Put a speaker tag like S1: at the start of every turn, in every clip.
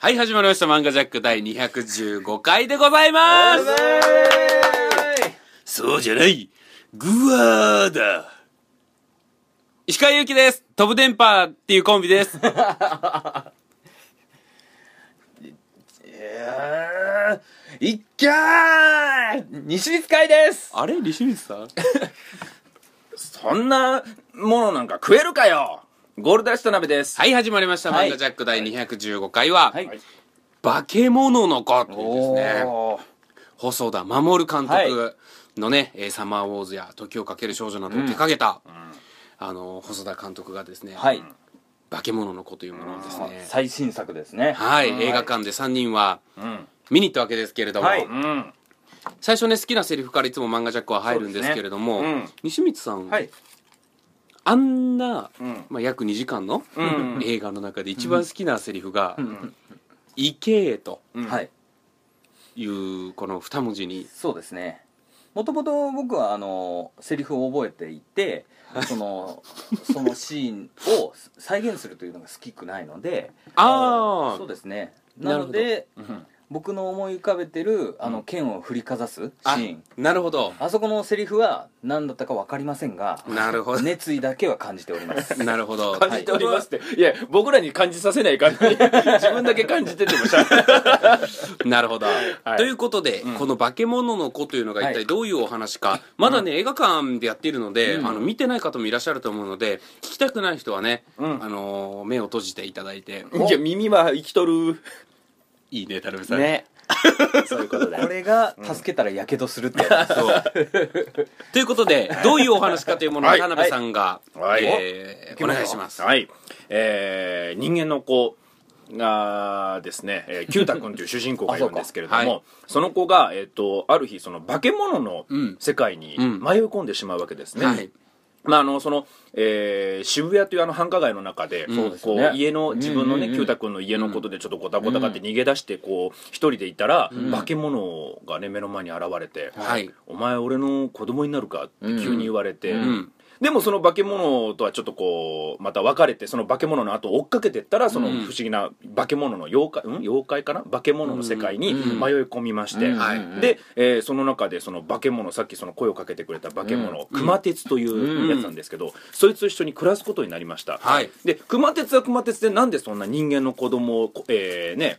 S1: はい、始まりました。漫画ジャック第215回でございますそうじゃないグワーだ石川祐希です飛ぶ電波っていうコンビです
S2: えーいっきゃー西光海です
S1: あれ西光さん
S2: そんなものなんか食えるかよゴールドラッシュと鍋です。
S1: はい、始まりました。
S3: は
S1: 漫
S3: い
S1: 画ジャック第215回は、
S3: はい。
S1: 化け物の子というですね、
S2: おー
S1: 細田守監
S3: は
S1: 督のね、えーサマーウォーズや時をかける少女などを手掛けた、あの、細田監督がですね、
S3: はい。
S1: 化け物の子というものをですね、
S3: 最新作ですね。
S1: はい、
S3: うん
S1: 映画館で3人は
S2: うん。。
S1: 見に行ったわけですけれども、
S3: はいう
S2: ん。
S1: 最初ね好きなセリフからいつも漫画ジャックは入るんですけれども、
S2: そうですね
S1: 西光さん、
S3: はい。
S1: あんな、
S2: うん。
S1: まあ、約2時間の
S2: うん
S1: 映画の中で一番好きなセリフが
S3: ん
S1: 「行け」と
S2: うん。
S3: はい。
S1: いうこの二文字に
S3: そうですね。もともと僕はあのセリフを覚えていて、そのそのシーンを再現するというのが好きくないので、
S1: あ
S3: そう
S1: ー
S3: ですね。
S1: な
S3: な
S1: るほ
S3: の
S1: ど
S3: で
S2: うん。
S3: 僕の思い浮かべてるあの剣を振りかざすシ
S1: あ
S3: ーン、
S1: なるほど
S3: あそこのセリフは何だったかわかりませんが、
S1: なるほど
S3: 熱意だけは感じております。
S1: なるほど
S2: 感じておりますって。いや、僕らに感じさせないから、自分だけ感じててもしゃ べ
S1: なるほど、
S2: はい
S1: ということで、
S2: うん
S1: この「化け物の子」というのが一
S3: は
S1: 体
S3: い
S1: どういうお話か、まだね、映画館でやっているので、
S3: うん
S1: あの見てない方もいらっしゃると思うので聞きたくない人はね、
S2: うん
S1: あのー目を閉じていただいて
S2: いや、耳は生きとる。
S1: いい ね田辺さん、
S3: ね。
S2: そういうことだ
S3: これが助けたらやけどするってやつ。
S1: そうということでどういうお話かというものを
S2: はい
S1: 田辺さんが、
S2: はい
S1: えーお
S3: お
S1: 願いします
S2: はい。えー人間の子がですね、えー、キュータ君という主人公がいるんですけれども、
S1: あそうかは
S2: その子が、えっ、と、ある日、その化け物の
S1: うん
S2: 世界に
S1: うん
S2: 迷い込んでしまうわけですね。
S1: はい
S2: まあ、あの、その、えー渋谷というあの繁華街の中で、
S1: そうです
S2: こ
S3: よ
S2: う、
S3: ね
S2: 家の、自分のね、
S3: うんうんうん
S2: キュータ君の家のことでちょっとごたごたがあって逃げ出して、こう、一人でいたら、化け物がね、目の前に現れて、
S1: はい
S2: お前俺の子供になるかって急に言われて、
S3: うん
S1: うん
S2: でもその化け物とはちょっとこうまた別れてその化け物の後を追っかけてったらその
S1: うん
S2: 不思議な化け物の妖怪、うん、妖怪かな化け物の世界に
S1: うん
S2: 迷い込みまして、
S3: うん
S1: はい
S3: うん
S2: で、えーその中でその化け物さっきその声をかけてくれた化け物、熊徹というやつなんですけど、そいつと一緒に暮らすことになりました、
S1: はい
S2: で熊徹は熊徹でなんでそんな人間の子供をこえーね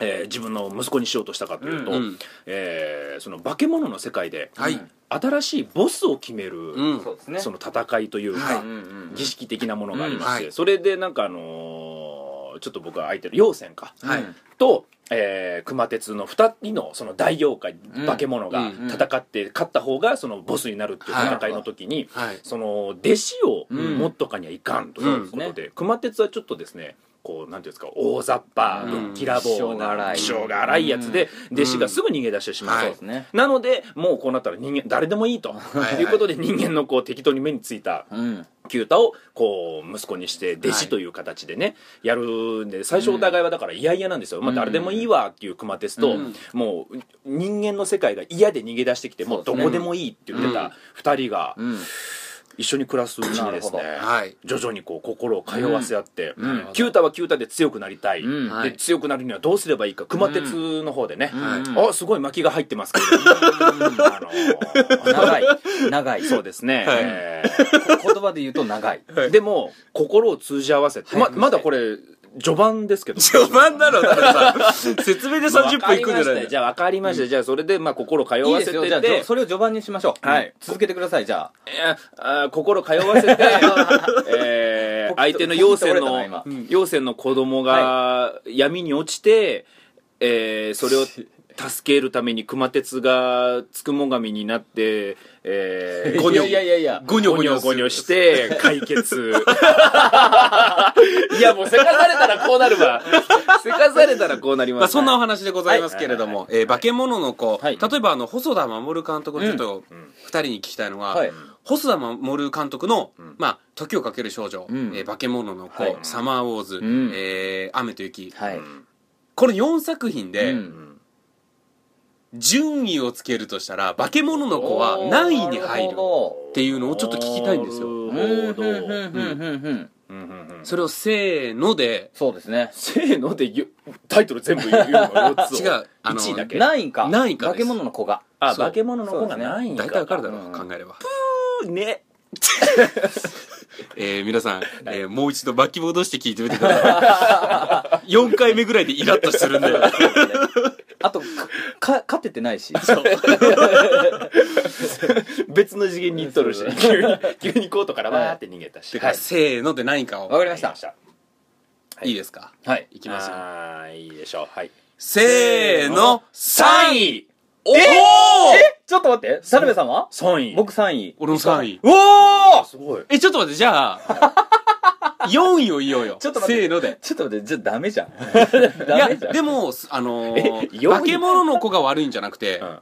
S2: えー自分の息子にしようとしたかというと、
S1: うんうん
S2: えーその化け物の世界で、
S1: はい
S2: 新しいボスを決める、
S1: うん
S3: そうですね。
S2: その戦いというか、
S1: はい
S3: うんうん
S2: 儀式的なものがありまして、
S1: うんはい
S2: それでなんかあのーちょっと僕は相手の妖仙か、
S1: はい
S3: うん
S2: と、えー熊鉄の2人のその大妖怪、
S3: うん
S2: 化け物が
S1: うん
S3: うん
S2: 戦って、勝った方がそのボスになるっていう戦いの時に、
S1: はい
S2: その弟子を持っとかにはいかんということで、
S3: うんうん
S2: 熊鉄はちょっとですねこうなんていうんですか大雑把ぶっきらぼう
S3: うん
S2: な
S3: 気
S2: 気性
S3: 性が荒い
S2: が荒いやつで、弟子がすぐ逃げ出してしまう、
S1: はい
S3: そうですね。
S2: なのでもうこうなったら人間誰でもいいと、
S1: い
S2: い、うことで人間のこう適当に目についた
S3: うん。
S2: キュータをこう息子にして弟子という形でね、やるんで最初お互いはだから嫌々なんですよ、まあ、誰でもいいわっていう熊徹と、
S1: うん
S2: もう人間の世界が嫌で逃げ出してきてもうどこでもいいって言ってた2人が
S3: うん。
S2: 一緒に暮らすうちにですね
S3: なる
S1: はい
S2: 徐々にこう心を通わせ合って、
S3: うん
S2: キュータはキュータで強くなりたい、
S3: うん
S1: はい
S2: で強くなるにはどうすればいいか熊徹の方でね、
S3: うん
S2: あすごい薪が入ってますけれども、あのー
S3: 長い。長 い。
S2: そうですね、
S1: はい
S2: えー
S3: 言葉で言うと長い。
S2: でも心を通じ合わせて、ままだこれ序盤ですけ ど
S1: 序盤だろ田辺さ ん説明で30分いくんじゃない
S2: わかりましたじゃあ分かりました、じゃあそれでまあ心通
S3: いい
S2: わ
S3: で
S2: せてて
S3: すよ。じゃあ、じょそれを序盤にしましょう。
S2: はい
S3: うん続けてください、じゃあ。
S2: えーあー心通わせて、 えー相手の妖精
S3: ポキッと折れたな
S2: の
S3: 今
S2: 妖精の子供が闇に落ちて、えーそれを助けるために熊鉄がつくも神になって、 えー
S1: ゴ
S2: ゴ
S1: ニ
S2: ニ
S1: ョ
S2: ョ
S3: いやいやいや。
S1: ゴニョゴ
S2: ゴ
S1: ニ
S2: ニ
S1: ョ
S2: ョ
S1: ゴ
S2: ゴ
S1: ニョ
S2: ニョ
S1: し
S2: して解決 いやもうせかされたらこうなるわせかされたらこうなります、
S1: まあ、そんなお話でございますけれども、えー化け物の子、
S3: はい
S1: 例えばあの細田守監督のちょっと2人に聞きたいのは、
S3: はい
S1: 細田守監督の「まあ、時をかける少女」
S3: うん
S1: えー化け物の子」
S3: はい
S1: サマーウォーズ」
S3: ん
S1: えー雨と雪」
S3: はい。
S1: この4作品で、
S3: うん
S1: 順位をつけるとしたら化け物の子は何位に入る
S3: お
S1: っていうのをちょっと聞きたいんですよ
S3: ー
S2: な
S3: な
S2: る
S3: る
S2: ほど
S3: ほどうんうんうんうんうん
S2: うんうんうん
S1: それをせーので
S3: そうですね
S2: せーのでよタイトル全部言うの4つを
S1: 違うあの
S2: 1位だけ
S3: 何位か
S1: 何位か
S3: 化
S1: です
S3: け物の子が
S2: あ
S1: そう
S2: 化け物の子が何位か
S1: 大体わかるだろ
S3: う
S1: うん考えれば、
S2: ね
S1: えー皆さん、えーもう一度巻き戻して聞いてみてくださ い4回目ぐらいでイラッとするんで
S3: あとかか勝ててないし
S2: 別の次元に行っとるし
S3: そう
S2: 急に急にコートからわーって逃げたし
S1: だから せーので何かを
S3: わかりました
S1: いいですか
S3: はい
S1: いきますよ
S2: あーいいでしょうはい
S1: せーの3位
S2: 位
S1: おお
S3: えちょっと待って田辺さんは
S2: 3位
S3: 僕3位
S1: 俺も3位
S3: うおー
S2: すごい
S1: えちょっと待ってじゃあ4 位を言おうよ
S3: ちょっと待って
S1: せーので
S3: ちょっと待ってじゃあダメじゃん
S1: いや
S3: ダメじゃん
S1: でもすあの
S2: え
S1: ー、
S2: 四位
S1: 化け物の子が悪いんじゃなくて、
S2: うん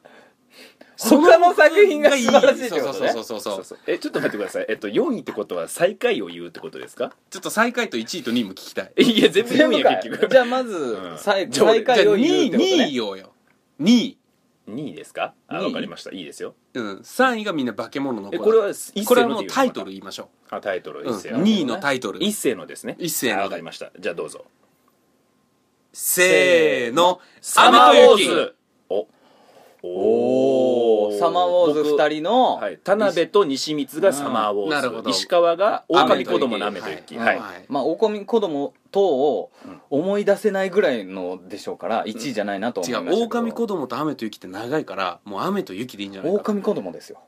S1: そ
S3: 他の作品が素晴らしいって
S1: そ
S3: こ
S1: う
S3: と
S1: そう
S3: ね
S1: そうそうそう
S2: そうそうえちょっと待ってくださいえっと4位ってことは最下位を言うってことですか
S1: ちょっと最下位と1位と2位も聞きたい
S2: いや全部
S3: 全
S2: 4
S3: 部
S2: 位や
S3: か
S2: 結局
S3: じゃあまず
S2: うん
S3: 最
S2: じゃあ俺
S3: 最
S1: じゃあ
S3: 下位を
S1: 2
S3: 言う
S1: 位
S3: ってこと
S1: 2位
S3: ね
S1: 言おうよ2位
S2: 2位ですかあ
S3: 二位
S2: わかりましたいいですよ
S1: うん3位がみんな化け物の子
S2: え
S1: だ
S2: これは一
S1: これ
S2: 世
S1: は
S2: の
S1: もう
S2: っていうの
S1: タイトル
S2: か
S1: 言いましょ
S2: なあタイトル
S1: う、うん、
S2: 一世の
S3: 二
S1: 2位のタイトル
S2: 一世のですね
S1: 一世の
S2: あわかりましたじゃあどうぞ
S1: せーの
S3: サマー
S1: 雨と
S3: ウォー
S1: 雪
S3: ズ
S2: お
S3: おーサマーウォーズ
S2: 僕
S3: 2人の、
S2: はい、田辺と西光がサマーウォ
S1: なる
S2: ー
S1: ほ
S2: ズ、
S1: ど
S2: 石川が狼子供の雨
S1: 雨と
S2: と雪、
S1: 雪
S2: はい
S1: はい
S3: まあ、おこみ子供等を思い出せないぐらいのでしょうから1位じゃないなと思い
S1: 違
S3: ました
S1: う狼子
S3: 子
S1: 供と雨と雪って長いからもう雨と雪でいいんじゃないか
S3: 狼子供ですよ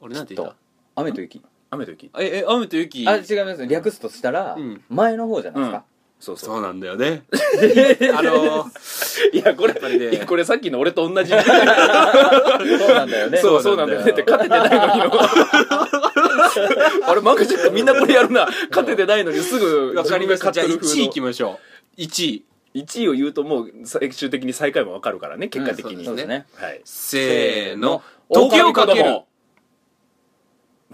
S1: 俺なんて言っ
S3: 雨と雪
S2: 雨と雪
S1: たええ雨と雪
S3: あ違います略すとしたら、
S1: うん
S3: 前の方じゃないですか、
S2: そうそう
S1: そうなんだよ ねあのー
S2: いやこれ
S1: ぱりね
S2: いやこれさっきの俺と同じ
S3: そうなんだよね
S2: そ
S1: そ
S2: うそうう
S1: な
S2: なん
S1: だ
S2: ん
S1: よ
S2: だよねって勝ててないのにあれマグジックみんなこれやるな勝ててないのにすぐ
S1: わかりました。じゃあ1
S2: 自分が勝っとる
S1: 位
S2: 風の
S1: 行きましょう。1位。
S2: 1位を言うともう最終的に最下位も分かるからね結果的に、
S1: うん
S3: そうですね
S2: はい
S1: せーの。時
S3: せ
S1: 計
S3: ー
S1: を
S3: の
S1: かける。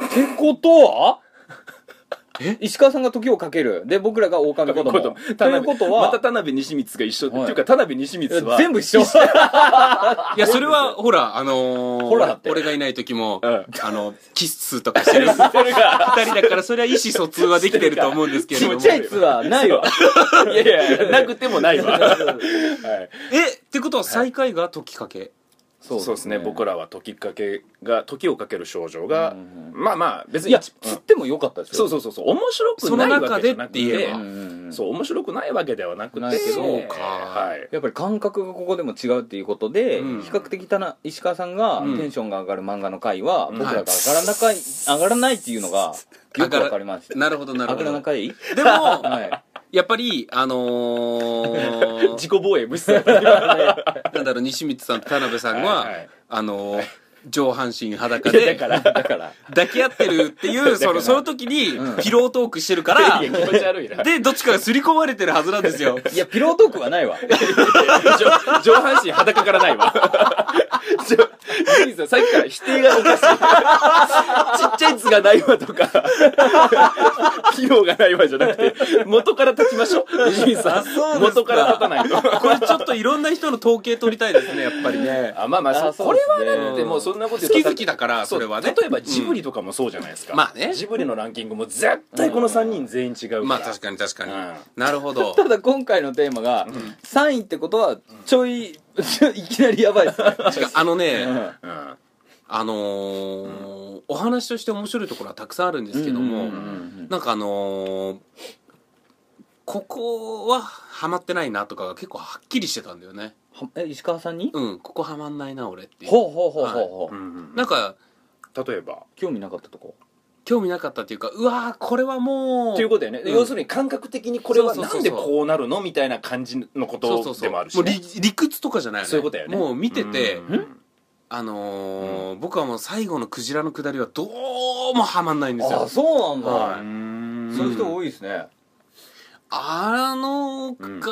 S3: ってことは石川さんが時をかけるで僕らが狼子供と
S2: 田
S3: いう
S2: 辺
S3: ことは
S2: また田辺西光が一緒、
S3: はい
S2: っていうか田辺西
S3: いや
S2: 光は
S3: 全部一緒
S1: いや、それは、ほら、あのー、
S3: ほらって
S1: 俺がいない時も、
S2: うん
S1: あの、キスとかして る二
S2: それが
S1: 人だから、それは意思疎通はできてると思うんですけれ
S3: ち
S1: ど
S3: っ
S1: も。
S3: ちゃいつはないわ
S2: いやいやなくてもないわ、はい
S1: え、ってことは最下位が時かけ。
S2: そうですね僕らは時かけが時をかける症状が、
S3: うん
S2: まあまあ別に
S3: いや
S2: 一
S3: 釣ってもよかったです
S2: そ
S3: よ
S2: うそうそうそう面白
S1: そ
S2: く
S1: の
S2: ない
S1: 中
S2: わけ
S1: でっ
S2: じゃ
S1: て
S2: なくて
S1: 言えば
S3: んんん
S2: そう面白くないわけではなくて
S3: ないけど
S1: そうか
S2: はい、
S3: やっぱり感覚がここでも違うっていうことで、
S1: うん
S3: 比較的たな石川さんが
S1: うん
S3: テンションが上がる漫画の回は、
S2: うん
S3: 僕らが上がらなかい、上がらないっていうのがよくわかりました
S1: なるほど、なる
S3: 上
S1: ほ
S3: がらな
S1: ど。
S3: かい
S1: でも、
S3: はい
S1: やっぱり、あのー、
S2: 自己防衛無視された
S1: なんだろう、西光さんと田辺さんは、
S2: はいはい
S1: あのー、上半身裸
S2: いやだ
S1: で
S2: か、
S3: だから
S1: 抱き合ってるっていう、その、その時に、ピロートークしてるから、
S2: いや気持ち悪いな
S1: で、どっちかが刷り込まれてるはずなんですよ。
S3: いやピロートークはないわ
S2: 上上半身裸からない わちょジミーさんさっきから否定がおかし いちっちゃいやつがないわと かピローがないわじゃなくて元から立ちましょうジミーさ
S1: あそうですか
S2: ん元から立たないと
S1: これちょっといろんな人の統計取りたいですね、やっぱりね。
S2: あまあまあそ
S3: あそう
S2: こ
S3: で
S2: れ
S3: すね
S2: はだってもうそんなこと言うと
S1: 好き好きだから
S2: そ
S1: そ
S2: う
S1: れはね
S2: 例えばジブリとかもそうじゃないですか、
S1: うんまあね
S2: ジブリのランキングも絶対この3人全員違うから、
S1: まあ確かに確かに
S2: うん。
S1: なるほど。
S3: ただ今回のテーマが、3位ってことはちょいいきなりやばいですね、
S1: しかあの
S3: う
S1: ね、
S3: ん
S2: うん
S1: あのー、お話として面白いところはたくさんあるんですけど
S3: う
S1: も
S3: んうんうんうん、
S1: なんかあのー、ここはハマってないなとかが結構はっきりしてたんだよね。
S3: はえ石川さんに、
S1: うん、ここハマんないな俺っていう。
S3: ほうほうほうほうほう、
S2: うん
S1: なんか、
S2: 例えば
S3: 興味なかったとこ
S1: 興味なかったっていうか、うわー、これはもう、
S2: っていうことだよね、
S1: うん
S2: 要するに感覚的にこれは
S1: そうそう
S2: な
S1: そうんそ
S2: で
S1: う
S2: こうなるのみたいな感じのこ
S1: そうそう
S2: と
S1: そ
S2: で
S1: う
S2: もあるし
S1: もう
S2: ね、
S1: 理理屈とかじゃないよね
S2: そういうことだよね
S1: もう見てて、
S2: うんうん
S1: あのー僕はもう最後のクジラの下りはどうもはまんないんです
S3: あ
S1: よ
S3: あそうなんだ、
S1: は
S2: うん
S3: そういう人多いですね、
S1: あの
S2: うん
S1: が、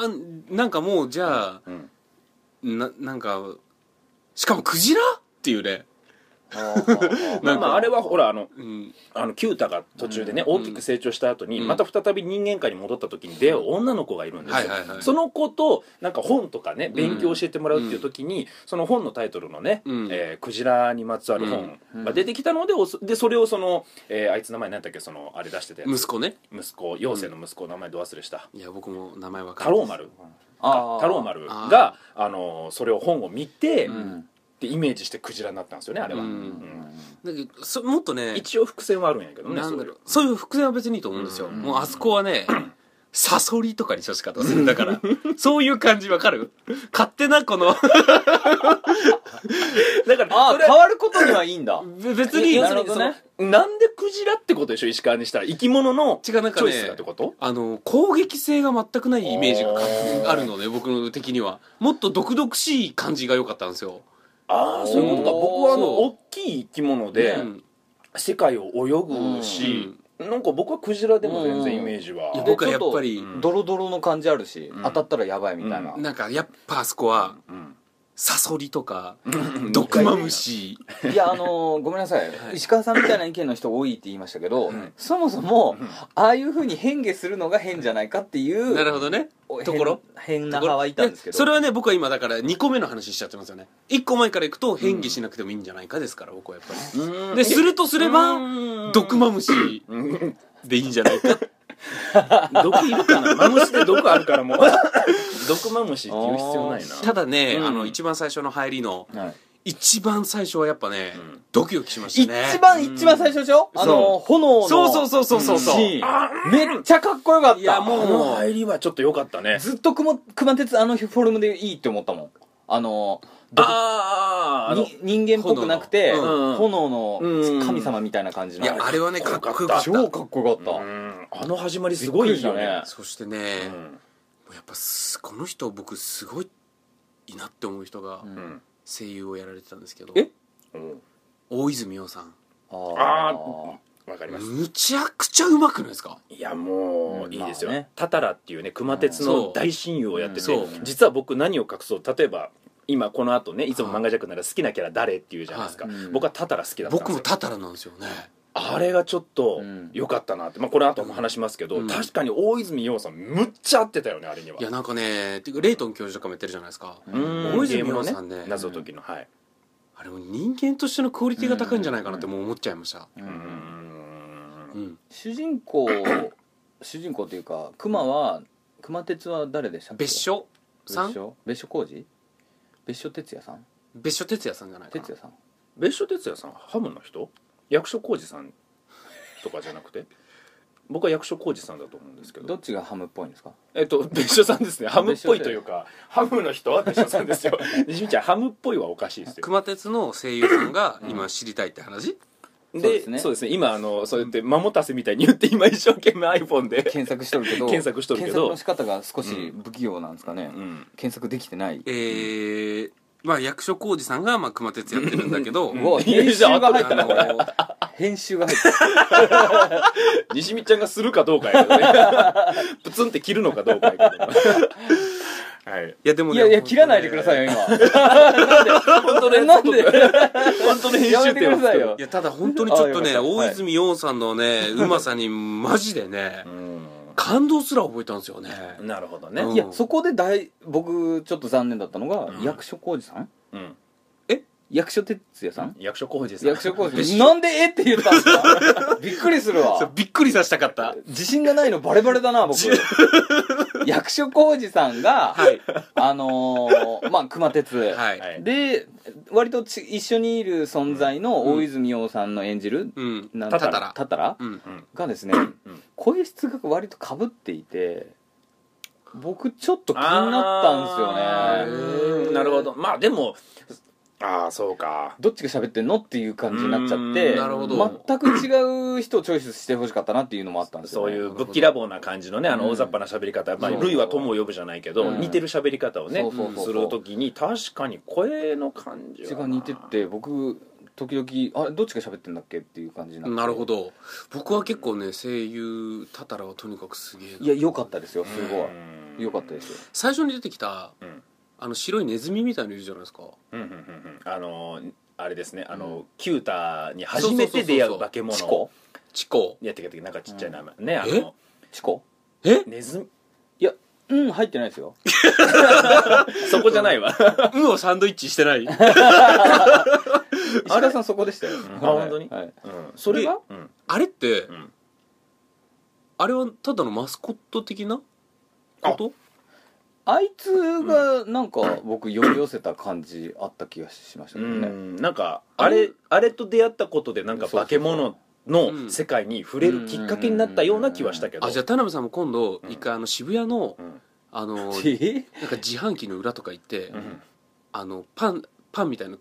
S1: なんかもうじゃあ、
S2: うん
S1: ななんかしかもクジラっていうね
S2: まあまああれはほらあの
S1: うん
S2: あのキュータが途中でね、
S1: うん
S2: 大きく成長した後に、
S1: うん
S2: また再び人間界に戻った時に出会う女の子がいるんですよ、
S1: はいはいはい
S2: その子となんか本とかね勉強を教えてもらうっていう時に、その本のタイトルのね、
S1: うん
S2: えークジラにまつわる本が出てきたので,おそ、でそれをその、えーあいつ名前何だっけそのあれ出してたやつ
S1: 息子ね
S2: 息子妖精の息子名前ど忘れした、
S1: いや僕も名前わか
S2: 太
S1: る
S2: 郎丸
S3: あー
S2: 太郎丸があのーそれを本を見て、
S1: う
S3: うんん
S2: でイメージしてクジラになったんですよねあれは、
S1: うん
S2: う
S1: だ
S2: ん
S1: けどそもっとね
S2: 一応伏線はあるんやけどね
S1: なんだろ
S2: そ
S1: そ
S2: う
S1: ういう伏線は別にいいと思うんですよ、
S2: うん
S1: もうあそこはねサソリとかに処し方するんだからそういう感じわかる勝手なこの
S2: ういうだから
S3: あ
S2: それ
S3: ー変わることにはいいんだ
S1: 別に
S3: な
S2: 要す
S3: る
S2: るに
S3: ほど
S2: そ
S3: ね
S2: のなんでクジラってことでしょ石川にしたら生き物のチ
S1: 違うなんか
S2: ョ
S1: ね
S2: イスだってこと
S1: あの攻撃性が全くないイメージが
S2: あー
S1: あるのね僕の的にはもっと毒々しい感じが良かったんですよ、
S2: ああそういうことか
S3: おー
S2: 僕はあの
S1: そう
S2: 大きい生き物で
S1: うん
S2: 世界を泳ぐし、なんか僕はクジラでも全然イメージは、
S1: いや
S3: で
S1: 僕はやっぱり
S2: ちょっと
S3: ドロドロの感じあるし、
S2: ん
S3: 当たったらやばいみたいな、
S1: なんかやっぱあそこは
S2: うん
S1: サソリとか毒マムシ
S3: いやあのーごめんなさい、
S1: はい
S3: 石川さんみたいな意見の人多いって言いましたけど、
S2: はい
S3: そもそも、ああいうふうに変化するのが変じゃないかっていう
S1: なるほどね
S3: お
S1: ところ
S3: 変変な派はいたんですけど
S1: それはね僕は今だから2個目の話しちゃってますよね1個前からいくと変化しなくてもいいんじゃないかですから僕はやっぱり
S2: うん
S1: でするとすれば毒マムシ
S2: うん
S1: でいいんじゃないか
S2: 毒いるかなマムシで毒あるか らもう毒マムシって言う必要ないな
S1: ただね、
S2: うん
S1: あの一番最初の入りの
S3: はい
S1: 一番最初はやっぱね、
S2: うん
S1: ドキドキしま
S3: 一
S1: したね
S3: 番一番最初でしょ、あのー炎の
S1: そうそうそうそうそうそう
S3: シーンめっちゃかっこよかった
S1: いや
S2: あ
S1: もう
S2: の入りはちょっと良かったね
S3: ずっとくも熊鉄あのフォルムでいいって思ったもんあのーど
S2: あーあの
S3: に人間っぽくなくて
S1: 炎
S2: のうん
S3: 炎の神様みたいな感じの
S1: いやあれはねかっこよかった
S3: 超かっこよかっ
S2: う
S3: た
S2: んあの始まりすごいいいよね
S1: そしてね、
S2: う
S1: も
S2: ん
S1: うやっぱすこの人僕すごいいいなって思う人が
S3: うん
S2: うん
S1: 声優をやられてたんですけど、
S3: え
S2: うん
S1: 大泉洋さん
S2: あ
S3: ー
S2: あわかります
S1: むちゃくちゃうまくないですか
S2: いやも
S3: う
S2: うんいいですよ、
S3: まあね
S2: タタラっていうね熊鉄
S1: そ
S2: の
S1: う
S2: 大親友をやってて、
S1: うんそう
S2: 実は僕何を隠そう例えば今この後ねいつも漫画ジャックなら好きなキャラ誰っていうじゃないですか、
S3: はいうん
S2: 僕はタタラ好きだったんです
S1: 僕
S2: よ
S1: もタタラなんですよね
S2: あれがちょっと
S3: うん
S2: 良かったなって、まあ、この後も話しますけど、
S1: うん
S2: 確かに大泉洋さんむっちゃ合ってたよねあれにはい
S1: やなんかねていうかレイトン教授とかもやってるじゃないですか、
S2: うん
S1: 大泉洋さんね
S2: ゲームの謎解きのはい、
S1: あれも人間としてのクオリティが高いんじゃないかなってもう思っちゃいました
S3: うん
S2: うん
S1: うん
S3: 主人 公主人公というか熊は熊鉄は誰でしたっけ
S1: 別所さ
S3: 別
S1: ん
S3: 所別所浩二別所哲也さん
S1: 別所哲也さんじゃないかな
S3: 哲也さん
S2: 別所哲也さんハムの人役所広司さんとかじゃなくて僕は役所広司さんだと思うんですけど
S3: どっちがハムっぽいんですか
S2: えっと、別所さんですね。ハムっぽいというか、ハムの人は別所さんです よ。西見ちゃん、ハムっぽいはおかしいですよ。
S1: 熊鉄の声優さんが今知りたいって話、
S3: そうですね
S2: そうですね。今、あの、そうやって、マモタセみたいに言って、今一生懸命 iPhone で。
S3: 検索しとるけど
S2: 検索しとるけど
S3: 検索の仕方が少し不器用なんですかね、
S2: うん。
S3: 検索できてない
S1: えーまあ役所広司さんがまあ熊鉄やってるんだけど、
S3: うわ
S2: いや
S3: 編
S2: い
S3: 集
S2: や
S3: が入った
S1: あ
S3: なこれ
S1: の
S3: 編集が入った
S2: 西見ちゃんがするかどうかやけどね。 プツンって切るのかどうかやけど。 はい。
S1: いやでも
S3: い
S1: ね
S3: やいや切らないでくださいよ今本当ねなんで
S2: 本当の編集点を作る
S3: やめてくださいよ
S1: いやただ本当にちょっとね
S3: あよかったは
S1: 大
S3: い
S1: 泉洋さんのねうまさにマジでね
S2: う
S1: 感動すら覚えたんですよね
S2: ん。なるほどね。
S1: うん
S3: いやそこで大僕ちょっと残念だったのが、
S2: うん
S3: 役所広司さん
S2: うん。
S3: 役所哲也さん、
S2: 役所広司さん。
S3: 役所広
S1: 別
S3: 司
S1: 所
S3: なんでえって言ったんですか びっくりする
S1: そう
S3: わ
S1: びっくりさせたかった
S3: 自信がないのバレバレだな僕 役所広司さんが、
S1: はい
S3: あのーまあ熊徹、
S1: はい、
S2: はい
S3: で割とち一緒にいる存在の大泉洋さんの演じる、
S1: うん
S3: なん
S1: タ
S2: タ
S1: タ
S2: タ
S1: ラ
S2: ラ
S3: タタラ
S1: うん
S2: うん。
S3: がですね、
S2: ん
S3: 声質が割とかぶっていて僕ちょっと気になったんですよね
S2: あーなるほど。まあ、でも、ああ、そうか。
S3: どっちが喋ってんのっていう感じになっちゃっ
S2: うー
S3: て
S2: ん
S1: なるほど
S3: 全く違う人をチョイスしてほしかったなっていうのもあったんですよ、
S2: そう
S3: ね、
S2: いうぶっきらぼうな感じのねあの大雑把な喋り方、まあ、
S1: そう
S2: ルイは友を呼ぶじゃないけど、
S3: うん
S2: 似てる喋り方をね
S3: そうそうそう
S2: する時に確かに声の感じ
S3: 血
S2: は
S3: が似てって僕時々あれどっちが喋ってんだっけっていう感じになって
S1: なるほど僕は結構ね声優タタラはとにかくすげえない
S3: や良かったですよす
S2: う
S3: ご
S2: ん
S3: い良かったですよ
S1: 最初に出てきた
S2: うん
S1: あの白いネズミみたいのいるじゃないですか
S2: うんうんうんうんあのーあれですねあの、キュータに初めて出会う化け物
S3: チコ
S1: チコ
S2: やってきた時なんかちっちゃい名前、ねあの
S3: チコ
S1: え
S2: ネズミ
S3: いやうん入ってないで すよ
S2: そこじゃないわあ
S1: うんをサンドイッチしてない
S3: 石川さんそこでしたよ、
S2: んあ
S3: はい
S2: 本当に
S3: はい
S2: うんそれが
S1: で
S2: うん
S1: あれって、
S2: うん
S1: あれはただのマスコット的なこと
S3: あいつがなんか僕呼び寄せた感じあった気がしました
S2: う
S3: けどね、
S2: んなんか
S1: あ
S2: あ
S1: れ
S2: れあれと出会ったことでなんか
S3: そうそう
S2: 化
S3: そ
S2: け
S3: う
S2: 物の世界に触れるきっかけになったような気はしたけど
S1: あじゃあ田辺さんも今度
S2: うん
S1: 一回あの渋谷の
S2: うん
S1: あの なんか
S3: え
S1: 自販機の裏とか行って、
S2: うん
S1: あのパンパンみたいなの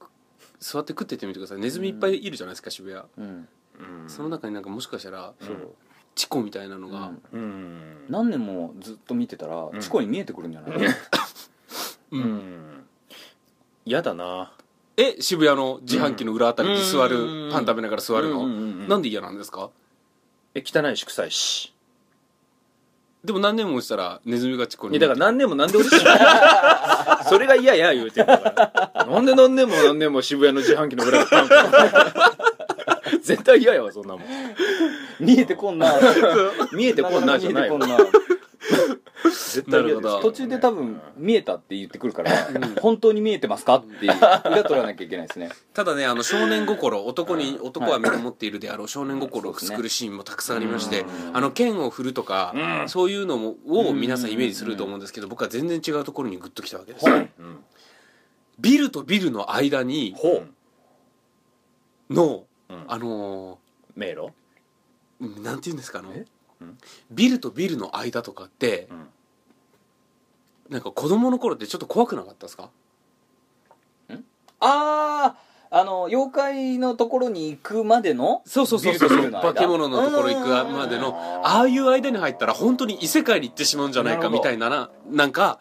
S1: 座って食ってってみてくださいネズミいっぱいいるじゃないですか渋谷、
S3: うん
S2: うん
S1: その中になんかもしかしたら、
S2: うん
S1: チコみたいなの
S3: う
S1: が、
S3: ん
S2: うん
S3: 何年もずっと見てたら、
S2: ん
S3: チコに見えてくるんじゃない、
S2: う
S1: うん
S2: ん嫌だな
S1: え渋谷の自販機の裏あたりに座る、
S2: うん
S1: パン食べながら座るの、
S2: うんうんうんうん
S1: なんで嫌なんですか
S2: え汚いし臭いし
S1: でも何年もしたらネズミがチコ
S2: い
S1: に
S2: やだから何年も何でもそれが嫌や言うてんだからなんで何年も何年も渋谷の自販機の裏でパン食う絶対嫌やわそんなもん
S3: 見えてこんな
S2: 見えてこんなじゃないわ
S3: 見えてこんな
S2: 絶対嫌
S1: なるほど
S3: 途中で多分見えたって言ってくるから、本当に見えてますかって いう裏取らなきゃいけないですね
S1: ただねあの少年心男に男は皆持っているであろう少年心をくすぐるシーンもたくさんありまして、あの剣を振るとか、そういうのもを皆さんイメージすると思うんですけど僕は全然違うところにグッときたわけです、
S2: うん
S1: ビルとビルの間に
S2: ほう
S1: の、
S2: うん
S1: あの
S2: 迷路
S1: ーなんて言うんですかあの
S2: えうん
S1: ビルとビルの間とかって、
S2: うん
S1: なんか子供の頃ってちょっと怖くなかったですか
S3: あああの妖怪のところに行くまでの
S1: そうそうそうそう
S3: ビルの
S1: 化
S3: 間
S1: け物のところ行くまでのああいう間に入ったら本当に異世界に行ってしまうんじゃないかみたいなななんか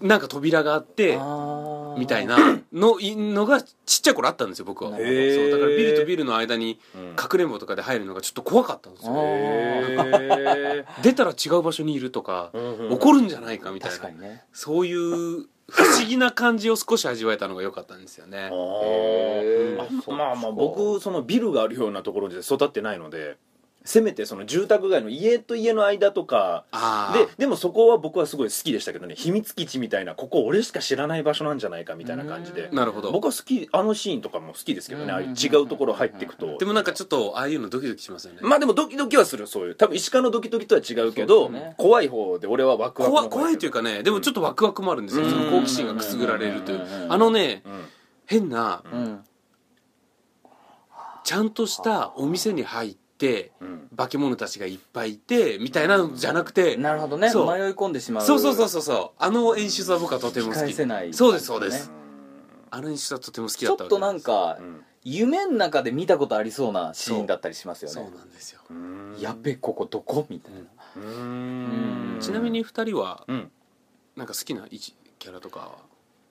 S1: なんか扉があって
S3: あー
S1: みたいなのいのがちっちゃい頃あったんですよ僕は
S3: へ
S1: そうだから
S2: ー
S1: ビルとビルの間に
S2: うん
S1: かくれんぼとかで入るのがちょっと怖かったんです
S3: あ
S1: よ
S3: ー
S2: へ
S1: 出たら違う場所にいるとか
S2: ー
S1: 怒るんじゃないかみたい
S3: 確か
S1: な
S3: にね
S1: そういう不思議な感じを少し味わえたのが良かったんですよね
S2: あ
S3: へー
S2: ー
S3: そっか
S2: まあまあ僕そのビルがあるようなところで育ってないのでせめてその住宅街の家と家の間とか
S1: ああ
S2: ででもそこは僕はすごい好きでしたけどね秘密基地みたいなここ俺しか知らない場所なんじゃないかみたいな感じで
S1: なるほど
S2: 僕は好きあのシーンとかも好きですけどねああいう違うところ入っていくと
S1: でもなんかちょっとああいうのドキドキしますよね
S2: まあでもドキドキはするそういう多分石川のドキドキとは違うけど
S3: そうですね
S2: 怖い方で俺はワクワクの
S1: 怖
S2: 方
S1: い怖いというかねでもちょっとワクワクもあるんですよ、
S2: うん
S1: その好奇心がくすぐられるという
S3: うん
S1: あのね
S2: うん
S1: 変な
S3: うん
S1: ちゃんとしたお店に入って
S2: うん
S1: 化け物たちがいっぱいいてみたいなのじゃなくて
S3: なるほどね迷い
S1: そう
S3: 込んでしまう
S1: そうそうそうそうそうあの演出は僕はとても
S3: 引き
S1: 好
S3: 返
S1: き
S3: せない
S1: そうですそうです
S3: ね
S1: あの演出はとても好き
S3: ち
S1: だ
S3: ょっ
S1: ったわけ
S3: となんか
S2: うん
S3: 夢の中で見たことありそうなシーンだったりしますよ
S1: そう
S3: ね
S1: なんですよ、
S2: うん
S3: やっべここどこみたいな
S2: うん
S1: ちなみに2人は
S2: うん
S1: なんか好きな一キャラとかは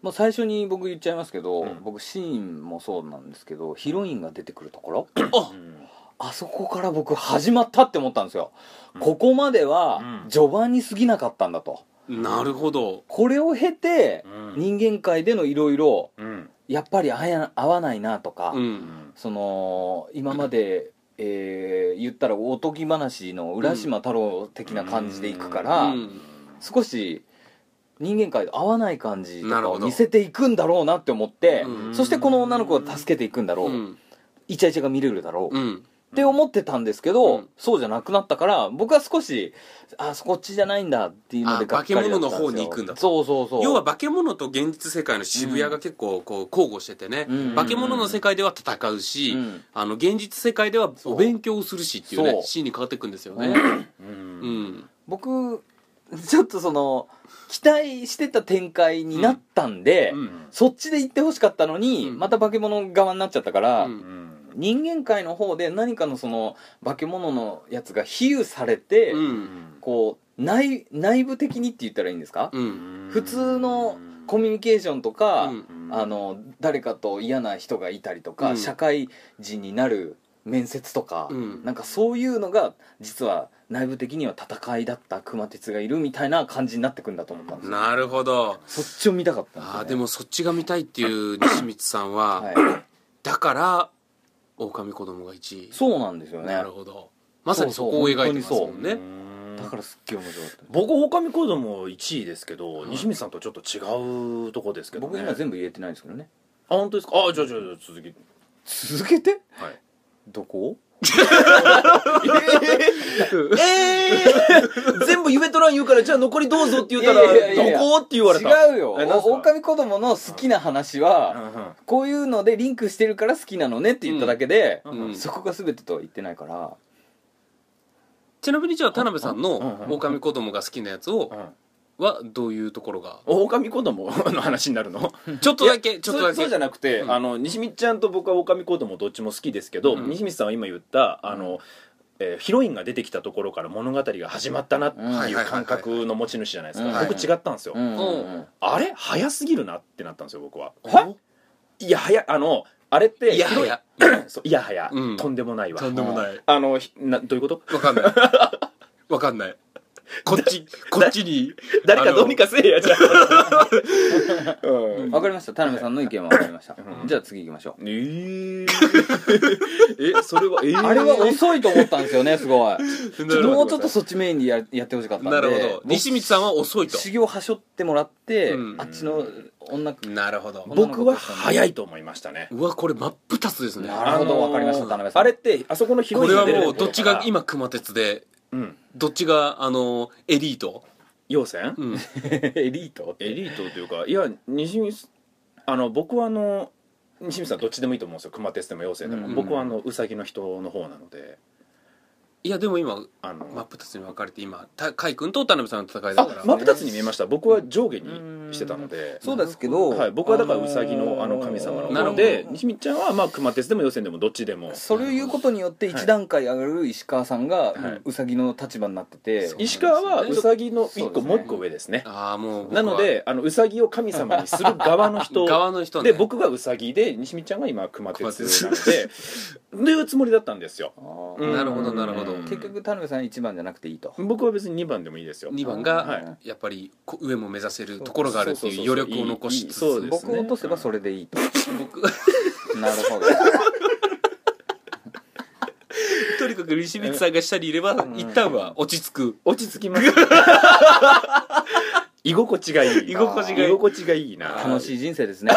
S3: もう最初に僕言っちゃいますけど、
S2: うん
S3: 僕シーンもそうなんですけどヒロインが出てくるところ
S1: あ
S3: あそこから僕始まったって思ったんですよ、ここまでは
S2: うん
S3: 序盤に過ぎなかったんだと
S1: なるほど
S3: これを経て
S2: うん
S3: 人間界でのいろいろ
S2: うん
S3: やっぱり合や合わないなとか、
S1: う
S2: うんん
S3: その今まで、えー言ったらおとぎ話の浦島太郎的な感じでいくから、
S1: うん
S3: 少し人間界と合わない感じと
S1: なる
S3: かを
S1: ほど
S3: 見せていくんだろうなって思って、
S1: うん
S3: そしてこの女の子を助けていくんだろう、
S1: うん
S3: イチャイチャが見れるだろう、
S1: う
S3: っ
S1: ん
S3: て思ってたんですけど、
S1: うん
S3: そうじゃなくなったから僕は少しあそこっちじゃないんだっていうの
S1: あ
S3: でがっかりだったんですよ
S1: 化け物の方に行くんだと
S3: そうそうそう
S1: 要は化け物と現実世界の渋谷が結構こう交互しててね、
S3: うん
S1: 化け物の世界では戦うし、
S3: うん
S1: あの現実世界ではお勉強をするしっていう
S3: そ
S1: ね
S3: う
S1: シーンに変わっていくんですよね、
S2: う
S1: うんん、
S3: 僕ちょっとその期待してた展開になったんで、
S1: うん
S3: そっちで行ってほしかったのに、
S1: うん
S3: また化け物側になっちゃったから、
S1: うん
S2: うん
S3: 人間界の方で何かのその化け物のやつが比喩されて、
S1: う
S2: うんん
S3: こう内内部的にって言ったらいいんですか、
S1: うん
S3: 普通のコミュニケーションとか、
S1: うん
S3: あの誰かと嫌な人がいたりとか、
S1: うん
S3: 社会人になる面接とか、
S1: うん
S3: なんかそういうのが実は内部的には戦いだった熊徹がいるみたいな感じになってくんだと思ったんですよ
S1: なるほど
S3: そっちを見たかったんですよ、
S1: あ
S3: ね、
S1: ーでもそっちが見たいっていう西光さんは、
S3: はい
S1: だから狼子供が1位
S3: そうなんですよね
S1: なるほどまさにそこを描いてますもんね
S3: だからすっげえ面白かったです
S2: 僕狼子供1位ですけど、
S1: はい
S2: 西光さんとちょっと違うとこですけど、ね、
S3: 僕今全部言えてないんですけどね
S2: あ本当ですかあじゃあじゃあじゃあ続き
S3: 続けて
S2: はい
S3: どこ
S2: えー、全部夢とらん言うからじゃあ残りどうぞって言ったら
S3: いやいやいやいや
S2: どこって言われた
S3: 違うよ
S2: えなんすか
S3: お狼子供の好きな話は
S2: う
S3: こういうのでリンクしてるから好きなのねって言っただけで、
S2: んうんうん
S1: うん
S3: そこが全てとは言ってないから
S1: ちなみにじゃあ田辺さん
S2: うん
S1: の
S2: うん
S1: 狼子供が好きなやつを
S2: うん
S1: はどういうところが
S2: 狼子供の話になるの
S1: ちょっとだけちょっと
S2: そう
S1: だ
S2: そう
S1: け
S2: じゃなくて、
S1: うん
S2: あの西光ちゃんと僕は狼子供どっちも好きですけど、
S1: うん
S2: 西光さんは今言ったあの、えーヒロインが出てきたところから物語が始まったなって
S3: はい
S1: はいはい
S2: い
S1: うはい
S2: 感覚の持ち主じゃないですか、
S3: はい
S2: 僕違ったんですよ、
S3: うん
S1: うん
S2: あれ早すぎるなってなったんですよ僕は
S1: はい
S2: や早あのあれって
S1: いや
S2: ヒロイ
S1: い
S2: ン
S1: や
S2: そういやはや、
S1: うん
S2: とんでもないわ
S1: とんでもない
S2: あのひなどういうこと
S1: わかんないわかんないこっちこっちに
S2: 誰かどうにかせえやじゃあ、うん
S3: わかりました田辺さんの意見は分かりました、
S2: うん
S3: じゃあ次行きましょう
S2: えー、 えそれはえー
S3: あれは遅いと思ったんですよね すごい
S1: ちょっ
S3: ちょっと
S1: と
S3: もうちょっとそっちメインにややってほしかったんで
S1: なるほど西光さんは遅いと
S3: 修行はしょってもらって、
S1: うん
S3: あっちの女
S1: なるほど
S2: 僕は早いと思いましたね
S1: うわこれ真っ二つですね
S3: なるほどわかりました田辺さん
S2: あれってあそこのヒロ
S1: こ
S2: イン
S1: れ
S2: が
S1: は
S2: 出る
S1: もうどっちが今熊徹で
S2: うん
S1: どっちがあのエリート、
S2: 陽線
S1: うん、
S3: エリート
S2: エリートというかいや西見あの僕はあの西見さんどっちでもいいと思うんですよ熊徹でも陽線でも、
S3: うん
S2: 僕はあのウサギの人の方なので
S1: いやでも今
S2: あの、
S1: 真っ二つに分かれて今た甲斐君と田辺さんの戦いだから
S2: あ真っ二つに見えました僕は上下にしてたので
S3: そうですけど、
S2: はい、僕はだからウサギのあの神様の方で
S3: なるほど
S2: 西光ちゃんはまあ熊徹でも予選でもどっちでも
S3: それを言うことによって
S2: はい
S3: 一段階上がる石川さん
S2: は
S3: が
S2: い
S3: ウサギの立場になってて、
S1: そう
S2: 石川はウサギの一個
S3: そうですね
S2: もう一個上ですね
S1: ああもう僕
S2: な
S1: は
S2: のであのウサギを神様にする側 の人
S1: 側の人ね
S2: で僕がウサギで西光ちゃんが今熊徹なの
S1: 熊
S2: でというつもりだったんですよ
S3: あー
S2: うん
S1: なるほどなるほど
S2: うん
S3: 結局田辺さん一番じゃなくていいと、
S2: 僕は別に2番でもいいですよ
S1: 2番
S2: は
S1: が
S2: い
S1: やっぱりこ上も目指せるところがあるっていう余力を残しつつ
S2: そうそうそういいいいそうです
S3: 僕を落とせばそれでいいと、
S1: 僕
S3: なるほど
S1: とにかく西光さんが下にいれば一旦は落ち着く
S2: 落ち着きます居心地がいい
S1: 居心地がいい
S2: 居心地がいいな
S3: 楽しい人生ですね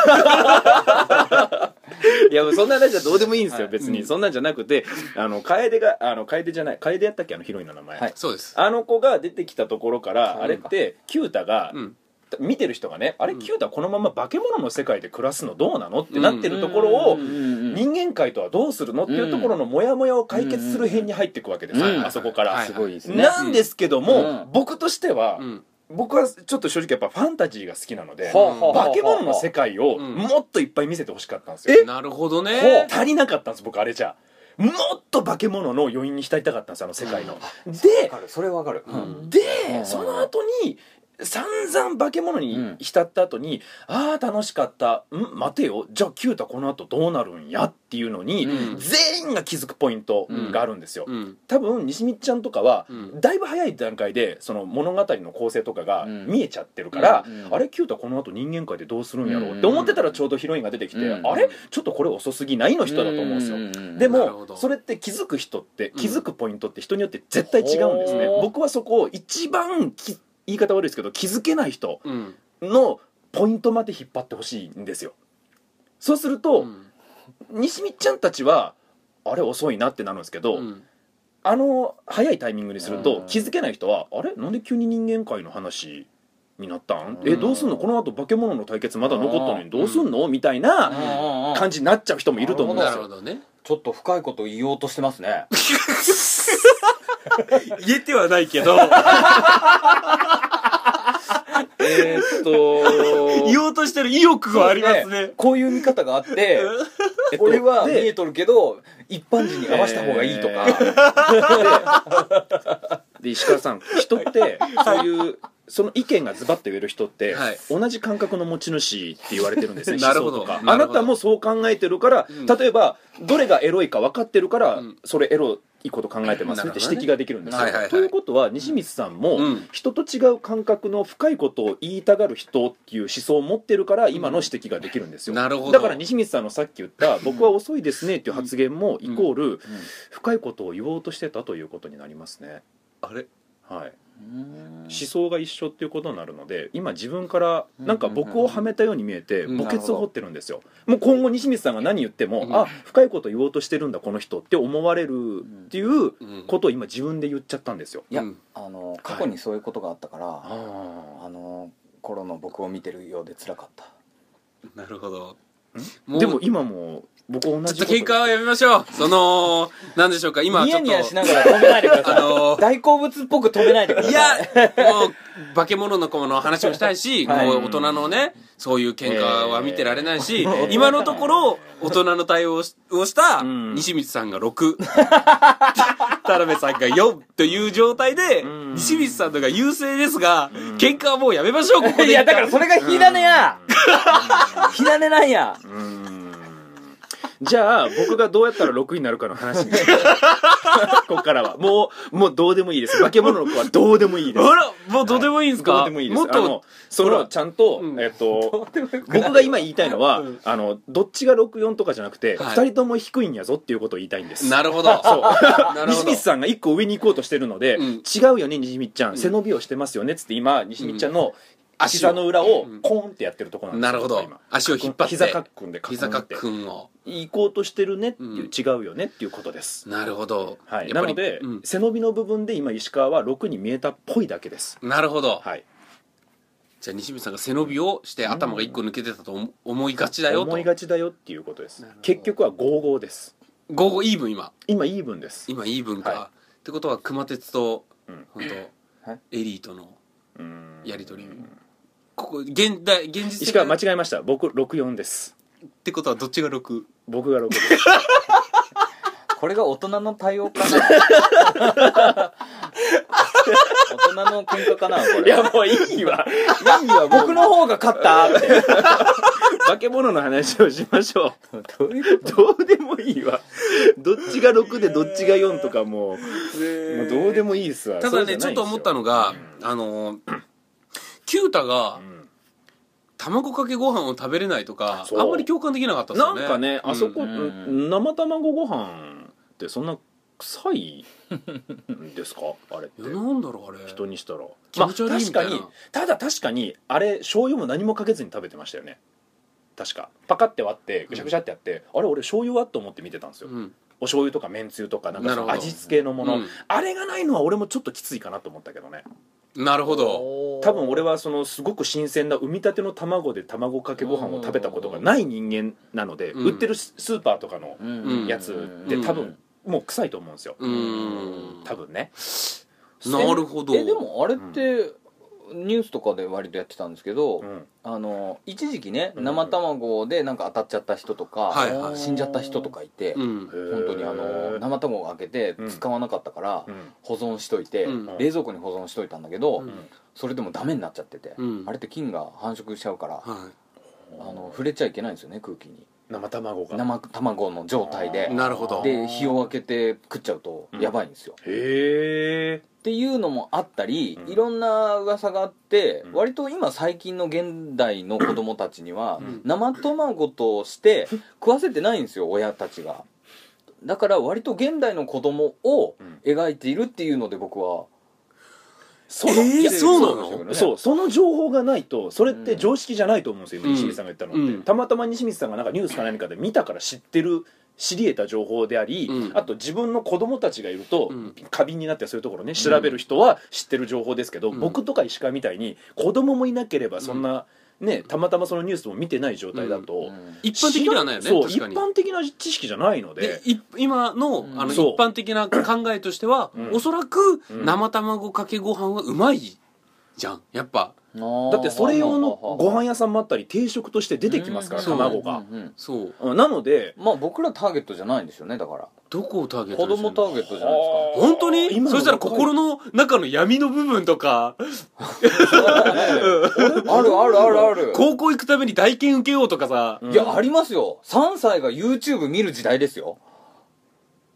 S2: いやもうそんな話はどうでもいいんですよ、別に、
S1: うん
S2: そんなんじゃなくてあの楓があの楓じゃない楓やったっけあのヒロインの名前、
S3: はい
S1: そうです
S2: あの子が出てきたところから
S3: そう
S2: あれってキュータが、
S1: うん
S2: 見てる人がねあれ
S1: うん
S2: キュータこのまま化け物の世界で暮らすのどうなのってなってるところを、
S3: うんうんうん
S2: 人間界とはどうするのっていうところのモヤモヤを解決する辺に入っていくわけです、
S3: うんうん
S2: あそこから、
S1: はい
S3: すごいですね
S2: なんですけども、
S3: うん
S2: 僕としては、
S1: うん
S2: 僕はちょっと正直やっぱファンタジーが好きなので、
S3: ほうほうほうほう
S2: 化け物の世界を
S1: うん
S2: もっといっぱい見せてほしかったんですよ、
S1: なるほどね
S2: 足りなかったんです僕あれじゃもっと化け物の余韻に浸りたかったんですあの世界の、で
S3: わかるそれはわかる、
S1: うん
S2: で、
S3: うん
S2: その後に散々化け物に浸った後に、ああ楽しかったん待てよじゃあキュータこの後どうなるんやっていうのに、
S1: うん
S2: 全員が気づくポイントがあるんですよ、
S1: うん
S2: 多分西光ちゃんとかは、
S1: うん
S2: だいぶ早い段階でその物語の構成とかが
S3: うん
S2: 見えちゃってるから、
S3: うんうん
S2: あれキュータこの後人間界でどうするんやろうって思ってたらちょうどヒロインが出てきて、
S3: うん
S2: あれちょっとこれ遅すぎないの人だと思うんですよ、で
S1: なるほ
S2: も
S1: ど
S2: それって気づく人って
S1: うん
S2: 気づくポイントって人によって絶対違うんですね、
S3: ほー
S2: 僕はそこを一番き言い方悪いですけど気づけない人
S1: うん
S2: のポイントまで引っ張ってほしいんですよそうする
S1: う
S2: と、
S1: ん
S2: 西見ちゃんたちはあれ遅いなってなるんですけど、
S1: うん
S2: あの早いタイミングにする
S3: う
S2: と
S3: ん
S2: 気づけない人はあれなんで急に人間界の話になったん
S3: うん
S2: えどうすんのこの後化け物の対決まだ残ったのにどうすんのみたい
S3: うん
S2: な
S3: うんうん
S2: 感じになっちゃう人もいると思うんで
S1: な
S2: す
S1: るほ
S2: よ
S1: どね
S3: ちょっと深いこと言おうとしてますね
S1: 言えてはない けど
S2: えーっ と
S1: 言おうとしてる意欲はあります
S3: そうで
S1: ね
S3: すこういう見方があって
S2: えっと
S3: 俺は見
S2: で
S3: えとるけど一般人に合わせた方がいいとか、
S2: えで石川 さん人ってそういうその意見がズバッと言える人って、
S1: はい
S2: 同じ感覚の持ち主って言われてるんですね
S1: なるほど
S2: 思想とか
S1: な
S2: あ
S1: るほ
S2: な
S1: ど
S2: たもそう考えてるから、
S1: うん
S2: 例えばどれがエロいか分かってるから、
S1: うん
S2: それエロいこと考えてますねって
S1: なるほどね
S2: 指摘ができるんですよ。
S1: はいはいはい
S2: ということは西光さんも、
S1: うん
S2: 人と違う感覚の深いことを言いたがる人っていう思想を持ってるから今の指摘ができるんですよ、
S1: なるほど
S2: だから西光さんのさっき言った「僕は遅いですね」っていう発言もイコール深いことを言おうとしてたということになりますね。
S1: あれ
S2: はい、
S3: うん
S2: 思想が一緒っていうことになるので今自分からなんか僕をはめたように見えて
S1: うん
S2: 墓穴を掘ってるんですよもう今後西光さんが何言っても、
S1: うん
S2: あ深いこと言おうとしてるんだこの人って思われるっていう
S1: うん
S2: ことを今自分で言っちゃったんですよ
S3: いや
S1: うん
S3: あの過去にそういうことがあったから、
S2: あ
S3: あの頃の僕を見てるようで辛かった
S1: なるほど
S2: あでも今も僕同
S1: ちょっ
S2: じ
S1: と喧嘩はやめましょうそのなんでしょうか今
S3: ニ
S1: ちょ
S3: ヤ
S1: っ
S3: ニヤし
S1: と
S3: ながら止めないでください、
S1: あのー
S3: 大好物っぽく止めないでください
S1: いやもう化け物の子の話もしたいし、
S3: はい
S1: もう大人のねそういう喧嘩は見てられないし、 今のところ大人の対応をしをした
S2: うん
S1: 西光さんが6 田辺さんが4という状態で
S2: うん
S1: 西光さんのが優勢ですが喧嘩はもうやめましょうここで
S3: いやだからそれが火種や 火種なんや
S2: うーんじゃあ僕がどうやったら6になるかの 話にここからはもうもうどうでもいいです化け物の子はどうでもいいです
S1: ほらもうどうでもいいんですか、
S2: どうでもいいです
S1: もっ
S2: あの
S1: と
S2: そ
S1: ほ
S2: の
S1: ら
S2: ちゃんと、
S1: うん
S2: えっと僕が今言いたいのは、あのどっちが64とかじゃなくて、
S1: はい
S2: 2人とも低いんやぞっていうことを言いたいんです
S1: なるほど
S2: そう
S1: なる
S2: 西
S1: ほど
S2: 光さんが1個上に行こうとしてるので、
S1: うん
S2: 違うよね西光ちゃん背伸びをしてますよねっつって今西光ちゃんの
S1: 足を
S2: 膝の裏を
S1: うん
S2: コーンってやってるところなんで
S1: な
S2: す
S1: るほど
S2: 今
S1: 足を引っ張って
S2: 膝かっくんで
S1: 膝かっ
S2: ん
S1: くんを
S2: 行こうとしてるねっていう、
S1: うん
S2: 違うよねっていうことです、
S1: なるほど、
S2: はい、
S1: やっ
S2: な
S1: ぱり
S2: ので、
S1: うん
S2: 背伸びの部分で今石川は6に見えたっぽいだけです
S1: なるほど、
S2: はい
S1: じゃあ西見さんが背伸びをして頭が一個抜けてたと思思いがちだよと
S2: 思いがちだよっていうことです
S1: なるほど
S2: 結局は55です
S1: 午後イーブン今
S2: 今イーブンです
S1: 今イーブンか、
S2: は
S1: ってことは熊徹と、
S2: うん
S1: 本当、
S3: はい
S1: エリートの
S2: うん
S1: やり取りここ現代現実
S2: 石
S1: 的
S2: 川間
S1: っ
S2: 違えました僕64です
S1: てことはどっちが6
S2: 僕が6です
S3: これが大人の対応かな大人の喧嘩かなこ
S2: い
S3: れ
S2: やもういい わいいわも
S3: 僕
S2: う
S3: の方が勝ったって
S2: 化け物の話をしましょ
S3: どういうこ
S2: うどうでもいいわどっちが6でどっちが4とかもうもうどうでもいいですわ
S1: ただねちょっと思ったのが、あのキュータが、卵かけご飯を食べれないとか
S2: そう
S1: あんまり共感できなかったです
S2: な
S1: よ
S2: ん
S1: ね
S2: かねあそこ、
S3: うん
S2: うん生卵ご飯ってそんな臭いんで すかあれって
S1: うんいやなんだろうあれ
S2: 人にしたら
S1: 気持ち悪いみたいな
S2: まあ、確かにただ確かにあれ醤油も何もかけずに食べてましたよね確かパカって割ってぐしゃぐしゃってやって、あれ俺醤油はと思って見てたんですよ、
S1: うん
S2: お醤油とかめんつゆとかなんか
S1: な
S2: そ
S1: るほ
S2: の
S1: ど
S2: 味付けのもの、
S1: うん
S2: あれがないのは俺もちょっときついかなと思ったけどね
S1: なるほど
S3: と
S2: 多分俺はそのすごく新鮮な産みたての卵で卵かけご飯を食べたことがない人間なので、
S1: うん
S2: 売ってるススーパーとかの
S1: うん
S2: やつで
S1: うん
S2: 多分もう臭いと思うんですよ
S1: うーん
S2: 多分ね
S1: なるほど
S3: えでもあれってニュースとかで割とやってたんですけど、
S2: うん
S3: あの一時期ね
S2: うん
S3: 生卵でなんか当たっちゃった人とか、
S1: はいはい
S3: 死んじゃった人とかいて、
S1: うん
S3: 本当にあの生卵を開けて
S2: うん
S3: 使わなかったから
S2: うん
S3: 保存しといて、
S1: うん
S3: 冷蔵庫に保存しといたんだけど、
S1: うん
S3: それでもダメになっちゃってて、
S1: うん
S3: あれって菌が繁殖しちゃうから、
S1: は
S3: あの触れちゃいけないんですよね空気に
S2: 生卵が
S3: 生卵の状態で
S1: いなるほど
S3: で火を開けて食っちゃうとやばいんですよ、
S2: へえ
S3: っていうのもあったり、
S2: うん
S3: いろんな噂があって、
S2: うん
S3: 割と今最近の現代の子供たちには、
S2: うん
S3: 生卵として食わせてないんですよ親たちがだから割と現代の子供を
S2: うん
S3: 描いているっていうので僕は
S2: そ
S1: えーそうなの
S2: そうその情報がないとそれっ
S3: う
S2: て
S3: ん
S2: 常識じゃないと思うんですよ今
S1: うん
S2: 西光さんが言ったのっ
S1: うん
S2: てたまたま西光さんがなんかニュースか何かで見たから知ってる知り得た情報であり、
S1: うん
S2: あと自分の子供たちがいると、
S1: うん
S2: 過敏になってそういうところね調べる人は知ってる情報ですけど、
S1: うん
S2: 僕とか石川みたいに子供もいなければそんな、ねたまたまそのニュースも見てない状態だと、
S1: い一般的ではないよね
S2: そう
S1: 確かに
S2: 一般的な知識じゃないの
S1: で
S2: で
S1: い今のあの一
S2: そう
S1: 般的な考えとしては、
S2: うん
S1: おそらく
S2: うん
S1: 生卵かけご飯はうまいじゃんやっぱ
S3: だ
S2: だってそれ用のご飯屋さんもあったり定食として出てきますから
S1: うん
S2: 卵が、
S1: そう
S2: うんなので
S3: まあ僕らターゲットじゃないんですよねだから
S1: どこをターゲット
S3: 子
S1: にして
S3: 供
S1: るの
S3: ターゲットじゃないで
S1: 本当に
S2: 今の
S1: そしたら心の中の闇の部分とか
S3: すかあるあるあるある
S1: 高校行くために代券受けようとかさ、
S2: うん
S3: いやありますよ3歳が YouTube 見る時代ですよ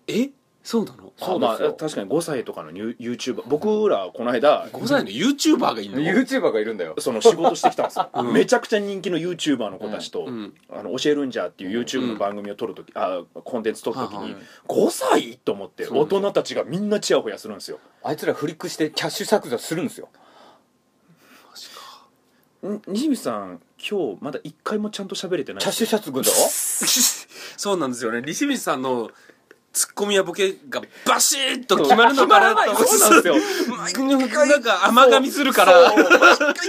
S1: えそうなの
S2: そう
S3: ま
S2: ま
S3: あ
S2: あ確かに5歳とかのニュ YouTuber 僕らこの間
S1: 5歳の YouTuber がいるの
S3: YouTuber がいるんだよ
S2: その仕事してきたんですよ、
S1: うん
S2: めちゃくちゃ人気の YouTuber の子たちと「
S1: うん
S2: あの教えるんじゃ」っていう YouTube の番組を撮るとき、あコンテンツ撮るとき
S1: はい
S2: に
S1: はい
S2: 5歳と思って大人たちがみんなチヤホヤするんですよ
S3: あいつらフリックしてキャッシュ削除するんですよ
S1: マジか
S2: ん西口さん今日まだ一回もちゃんと喋れてない
S3: キャッシュ削除
S1: そうなんですよね西光さんのツッコミやボケがバシッと決まるのかなと思って
S2: そうなんですよ
S1: なんか甘噛みするから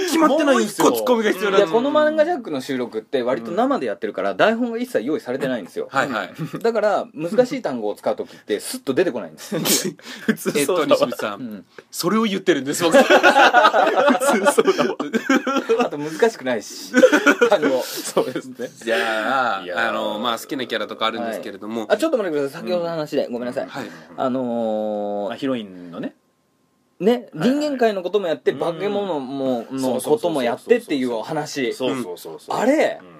S2: 決まってないんですよ
S1: もう一個ツッコミが必要
S3: い
S1: な
S3: や
S1: の
S3: この漫画ジャックの収録って割と生でやってるから台本が一切用意されてないんですよ、
S1: はいはい
S3: だから難しい単語を使う時ってスッと出てこないんです
S2: 普通
S1: えっ
S2: そ
S1: と
S2: うだ
S1: 西
S2: わ
S1: 光さ
S3: うんん
S1: それを言ってるんです僕
S3: あと難しくないし単語
S2: そうですね
S1: じゃあ
S2: いやー
S1: あのまあ好きなキャラとかあるんですけれども
S3: あちょっと待ってください先ほどの話で、ごめんなさい、
S1: はい
S3: あのー
S2: あヒロインのね
S3: ね人間界のこともやって
S2: うん
S3: 化け物
S2: そ
S3: もの
S2: うそうそうそう
S3: こともやってっていうお話
S2: そうそうそうそう
S3: あれ
S2: うん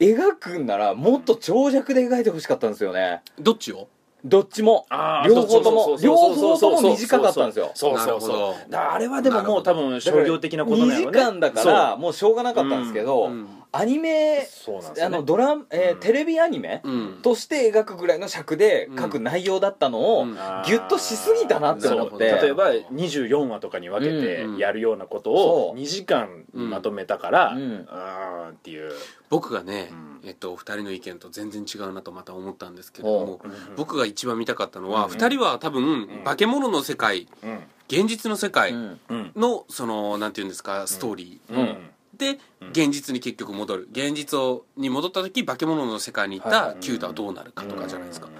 S3: 描くんならもっと長尺で描いてほしかったんですよね
S1: どっちを
S3: どっちも
S2: あー
S3: 両方とも
S2: そうそうそうそう
S3: 両方とも短かったんですよ
S2: そうそう
S1: なる
S2: そ
S1: ほど
S2: うだからあれはでももう多分商業的なことなん
S3: 2
S2: や
S3: 時
S2: ろね
S3: 間だからもうしょうがなかったんですけど、
S1: うんうん
S3: アニメ
S2: そうそうなんです
S3: あ
S2: よ
S3: の
S2: ね
S3: ドラマ、えー
S2: うん
S3: テレビアニメ
S1: うん
S3: として描くぐらいの尺で書く内容だったのを、
S1: うん
S2: あー
S3: ギュッとしすぎたなって思って
S2: そう例えば24話とかに分けて
S1: うん
S2: やるようなこと
S3: そ
S2: を
S3: う
S2: 2時間にまとめたから、
S3: う
S2: うんん
S3: うん
S2: あーっていう、
S1: 僕がね
S2: うん
S1: えっとお二人の意見と全然違うなとまた思ったんですけれども
S2: うん
S1: 僕が一番見たかったのは
S2: うん
S1: 二人は多分
S2: ん
S1: 化け物の世界
S2: うん
S1: 現実の世界
S3: うん
S2: うん
S1: のそのなんていうんですかストーリー
S2: うん
S1: で
S2: うん
S1: 現実に結局戻る現実をに戻った時化け物の世界に行っ
S3: はい
S1: た
S3: はい
S1: キュータはどうなるかとかじゃないですか
S2: うん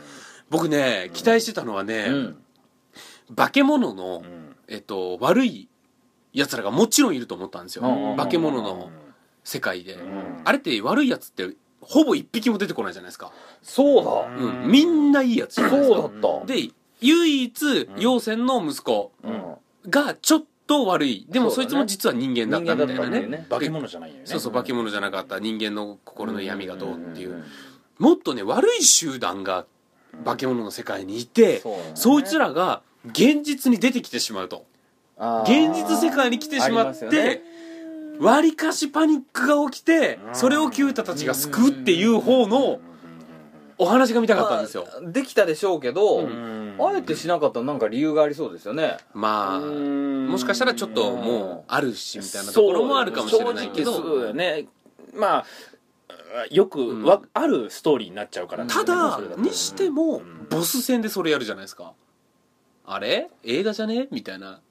S1: 僕ね期待してたのはね
S3: うん
S1: 化け物の
S2: うん
S1: えっと悪い奴らがもちろんいると思ったんですよ
S3: うん
S1: 化け物の世界で
S2: ん
S1: あれって悪い奴ってほぼ一匹も出てこないじゃないですか
S3: そうだ、
S1: う
S2: うん
S1: んみんないいやつじゃないですか
S3: そうだった
S1: で唯一陽線の息子
S2: うん
S1: がちょっと悪いでも
S3: そ
S1: そうい
S3: だね
S1: つも実は人間だったみたいなん
S3: 人間だっただよ
S1: ね
S3: ね
S2: 化け物じゃないよね
S1: そうそう化け物じゃなかった人間の心の闇がどうってい
S3: ん
S1: うもっとね悪い集団が化け物の世界にいて
S3: そうだね
S1: そいつらが現実に出てきてしまうと
S3: あー
S1: 現実世界に来てし
S3: あり
S1: ま
S3: ま
S1: っ
S3: すよね
S1: てわりかしパニックが起きてそれをキュータたちが救うっていう方のお話が見たかったんですよ
S3: まあできたでしょうけど、
S2: うん
S3: あえてしなかったらなんか理由がありそうですよね
S1: まあ
S2: うん
S1: もしかしたらちょっともうあるしみたいなところもあるかもしれないけ
S2: そう正直そうだよ
S1: ど
S2: ねまあよくわ、あるストーリーになっちゃうからね
S1: ただにしても
S2: ん
S1: ボス戦でそれやるじゃないですかあれ映画じゃねみたいな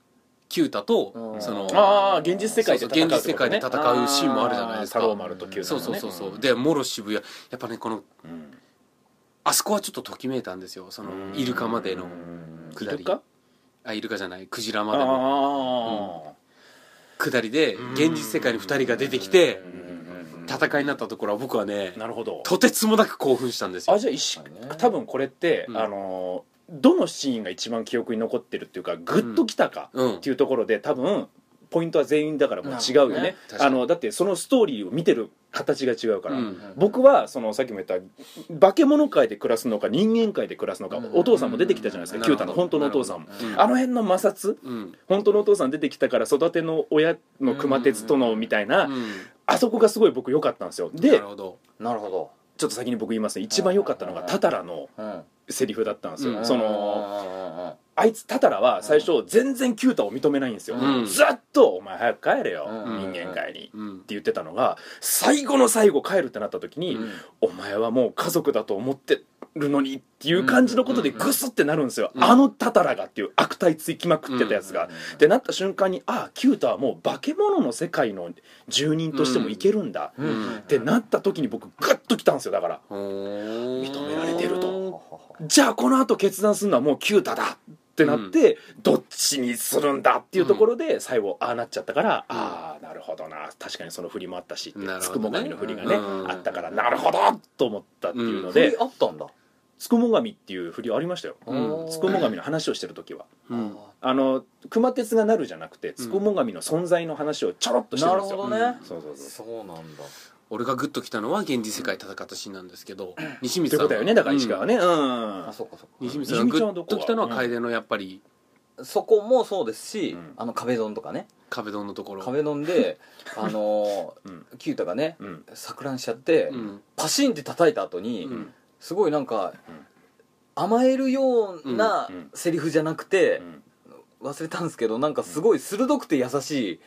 S1: キュータと
S3: うん
S1: その
S2: ああ現実世界で
S1: そう
S2: 戦
S1: そう
S2: う
S1: 現実世界で戦うシーンもあるじゃないですか
S2: 太郎丸と九
S1: そうそうそうそうでもろ渋谷やっぱねこのあそこはちょっとときめいたんですよそのイルカまでの
S2: く
S1: 下
S2: だ
S1: り
S2: りか
S1: あイルカじゃないクジラ
S2: あ
S1: までの
S2: あ
S1: 下りで現実世界に2人が出てきて戦いになったところは僕はね
S2: なるほど
S1: とてつもなく興奮したんですよ
S2: あじゃあ石多分これって、
S1: うん
S2: あのーどのシーンが一番記憶に残ってるっていうかグッときたか
S1: うん
S2: っていうところで多分ポイントは全員だからもう違うよ
S3: なるほどね
S2: ね
S1: 確か
S2: あ
S1: に
S2: のだってそのストーリーを見てる形が違うから、
S1: うん
S2: 僕はそのさっきも言った化け物界で暮らすのか人間界で暮らすのか、
S3: うん
S2: お父さんも出てきたじゃないです
S1: うん
S2: か九太、の本当のお父さんも、
S1: うん
S2: あの辺の摩擦
S1: うん
S2: 本当のお父さん出てきたから育ての親の熊鉄とのみたいな、
S1: うん
S2: あそこがすごい僕良かったんですよ
S1: な
S2: で
S1: るほど
S3: なるほど、
S2: ちょっと先に僕言いますね一番良かったのがタタラの
S3: うん
S2: セリフだったんですよ、
S1: うん
S2: そのあいつタタラは最初全然九太を認めないんですよ、
S1: うん
S2: ずっと「お前早く帰れよ、
S3: う
S2: 人
S3: ん
S2: 間界に」って
S1: うん
S2: 言ってたのが最後の最後帰るってなった時に「
S1: うん
S2: お前はもう家族だと思ってるのに」っていう感じのことでグスってなるんですよ、
S1: うん
S2: あのタタラがっていう悪態ついきまくってたやつが、ってなった瞬間にああキュータはもう化け物の世界の住人としてもいけるんだ、
S1: うん
S3: うん
S2: ってなった時に僕グッときたんですよだから
S1: 認
S2: 認められてる
S3: は
S2: と
S3: は
S2: じゃあこの後決断するのはもうキュータだってなって、どっちにするんだっていうところで最後ああなっちゃったから、
S1: うん
S2: ああなるほどな確かにその振りもあったしって
S1: なる
S2: つ
S1: ほ
S2: く
S1: どね
S2: も神の振りがね、
S1: うん
S2: あったからなるほどと思ったっていうの
S3: 振
S2: で
S3: りあったんだ
S2: つくも神っていう振りありましたよ
S1: うん
S2: つくも神の話をしてる時は。
S1: うん
S2: あの熊鉄がなるじゃなくてつくも神の存在の話をちょろっとして
S3: な
S2: るん
S3: る
S2: ですよ、
S3: ほどね
S2: そうそうそう
S3: そうなんだ
S1: 俺がグッときたのは「現実世界戦ったシーン」なんですけど西
S2: っ
S1: 光さ
S2: てこ
S1: ん
S2: とだよねだから石川
S1: うん
S2: はねうん
S3: あそっかそっか
S1: 西光さんがグッときたのは
S2: 西光ちゃんはどこ
S1: 楓のやっぱり
S3: そこもそうですし、
S2: うん
S3: あの壁ドンとかね
S1: 壁ドンのところ
S3: 壁ドンであのー
S2: うん
S3: キュータがね
S2: うん
S3: 錯乱しちゃって、
S1: うん
S3: パシンって叩いた後に、
S1: うん
S3: すごいなんか、
S2: ん
S3: 甘えるような
S2: うんうん
S3: セリフじゃなくて
S2: う、ん
S3: 忘れたんですけどなんかすごい鋭くて優しい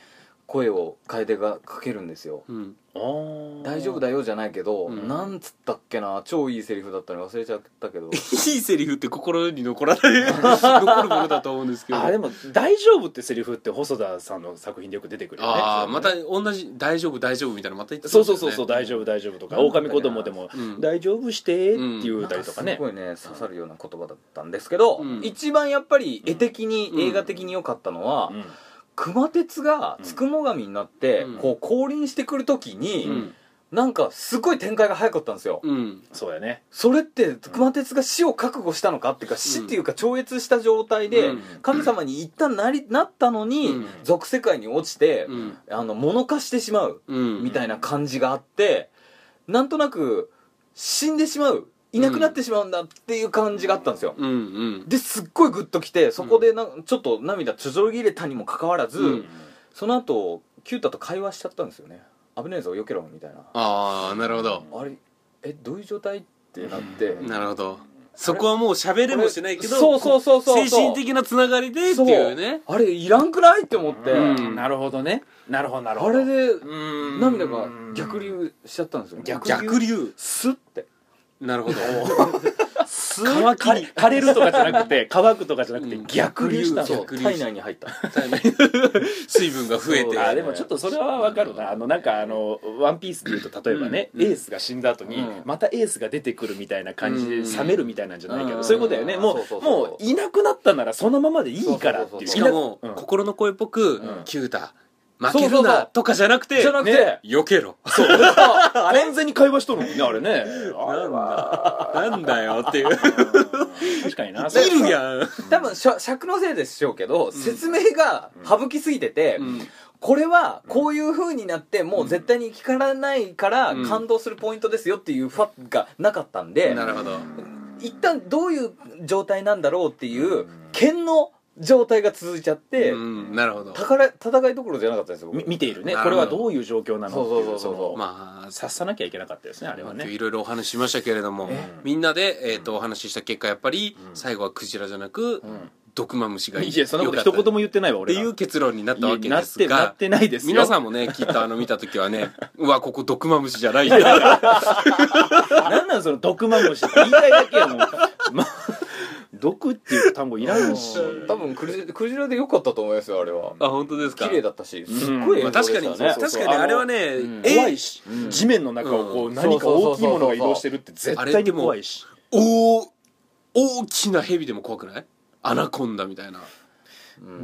S3: 声を楓がかけるんですよ
S1: うん
S2: あー
S3: 大丈夫だよじゃないけど、
S1: うん
S3: なんつったっけな超いいセリフだったのに忘れちゃっ たけど
S1: いいセリフって心に残らない残るものだと思うんですけど
S2: あでも「大丈夫」ってセリフって細田さんの作品でよく出てくるよね
S1: ああまた同じ「大丈夫大丈夫」みたいなのまた言ってた
S2: そ
S1: ん
S2: う
S1: です
S2: そ
S1: よ
S2: う
S1: ね
S2: そうそう「大丈夫大丈夫」とか「
S3: なんだっけ
S2: 狼
S3: な
S2: 子供」でも
S1: うん
S2: 「大丈夫して」って言うたりとか
S3: なん
S2: ね
S3: すごいね刺さるような言葉だったんですけど、
S1: うん
S3: 一番やっぱり絵的に、
S1: うん
S3: 映画的に良かったのは、
S2: うん
S3: 熊鉄がつくもがみになって、
S1: うん
S3: こう降臨してくる時に、
S1: うん
S3: なんかすごい展開が早かったんですよ、
S1: うん
S2: そうやね
S3: それって熊鉄が死を覚悟したのかっていうか、死っていうか超越した状態で、
S1: うん
S3: 神様に一旦なりなったのに、
S1: うん
S3: 俗世界に落ちて、
S1: うん
S3: あの物化してしまう
S1: うん
S3: みたいな感じがあって、なんとなく死んでしまういなくなってしまうんだっていう感じがあったんですよ、
S1: うんうん
S3: ですっごいグッときてそこでな、ちょっと涙ちょちょぎれたにもかかわらず、
S1: うん
S3: その後キュータと会話しちゃったんですよね危ねえぞよけろみたいな
S1: ああなるほど
S3: あれえどういう状態ってなって、
S1: なるほどそこはもう喋れもしないけど
S3: そうそうそうそうそう
S1: 精神的なつながりでっていうね
S3: そうあれいらんくないって思って、
S1: うん
S2: なるほどねなるほどなるほ
S3: あ
S2: ど
S3: れで
S2: うん
S3: 涙が逆流しちゃったんですよ、ね、
S2: 逆
S1: 逆流
S3: スッて
S1: なる ほど
S2: 乾きに枯れるとかじゃなくて乾くとかじゃなくて
S1: うん
S2: 逆流した
S1: そう
S2: の
S1: 逆流
S3: 体内に入った
S1: 水分が増えて
S2: あーでもちょっとそれはわかるなあのなんかあの「ワンピースで言うと例えばね、エースが死んだ後に、
S3: うん
S2: またエースが出てくるみたいな感じで
S1: うん
S2: 冷めるみたいなんじゃないけど、
S3: うん
S2: そういうことだよねもう
S3: そうそうそう
S2: もういなくなったならそのままでいいからっていう
S1: しかも、
S2: うん
S1: 心の声っぽく
S2: ん
S1: 「キュータ負ける
S3: そうそうそう
S1: な」とかじゃなくて
S3: じゃなくて、
S2: ね
S1: 避けろ
S2: 完全に会話しとるもんねあれねあれは
S1: なんだよ っていう
S2: 確かにな
S1: 見るやん
S3: 多分しゃ尺のせいでしょうけど、説明が省きすぎてて、
S1: うん
S3: これはこういう風になってもう絶対に聞からないから
S1: うん
S3: 感動するポイントですよっていうファッがなかったんで、
S1: なるほど
S3: 一旦どういう状態なんだろうっていう剣の状態が続いちゃって、
S1: うんなるほど
S3: 宝戦いどころじゃなかったんですよ
S2: み
S3: 僕
S2: 見ているね
S1: なるほ
S2: これ
S1: ど
S2: はどういう状況なのって
S3: そうそう
S2: い
S3: そううそ
S2: そうの
S1: まあ
S2: 察さなきゃいけなかったですねあれは
S1: 今日
S2: ね
S1: いろいろお話ししましたけれどもみんなで、えー、とお話しした結果やっぱり
S2: うん
S1: 最後はクジラじゃなく、
S2: ん
S1: 毒マムシがいい
S2: いやそんなこと一言
S1: も
S2: も言ってないわ
S1: って
S2: 俺ら
S1: いう結論になったわけ
S2: いやな
S1: で
S2: っ
S1: す
S2: てなっ
S1: が
S2: てないですよ
S1: 皆さんもねきっとあの見た時はねうわここ毒マムシじゃないんだ
S2: なんなんその毒マムシって言いたいだけやもん。ま、 毒っていう単語いらんし。
S3: 多分クジクジラで良かったと思いますよあれは
S1: あ本当ですか
S3: 綺麗だったしすっ
S2: う
S3: ご
S2: ん
S3: い映
S1: ま
S3: 像
S1: あ、
S3: で
S1: 確
S3: し
S1: か
S3: た
S1: に、
S3: ね、
S1: 確かにあれはね、
S3: うん
S1: え
S2: 怖いし、地面の中をこう
S1: うん
S2: 何か大きいものが移動してるって絶
S1: あれ
S2: 対
S1: で
S2: に
S1: も
S2: 怖いし。
S1: お大きな蛇でも怖くないアナコンダみたいな、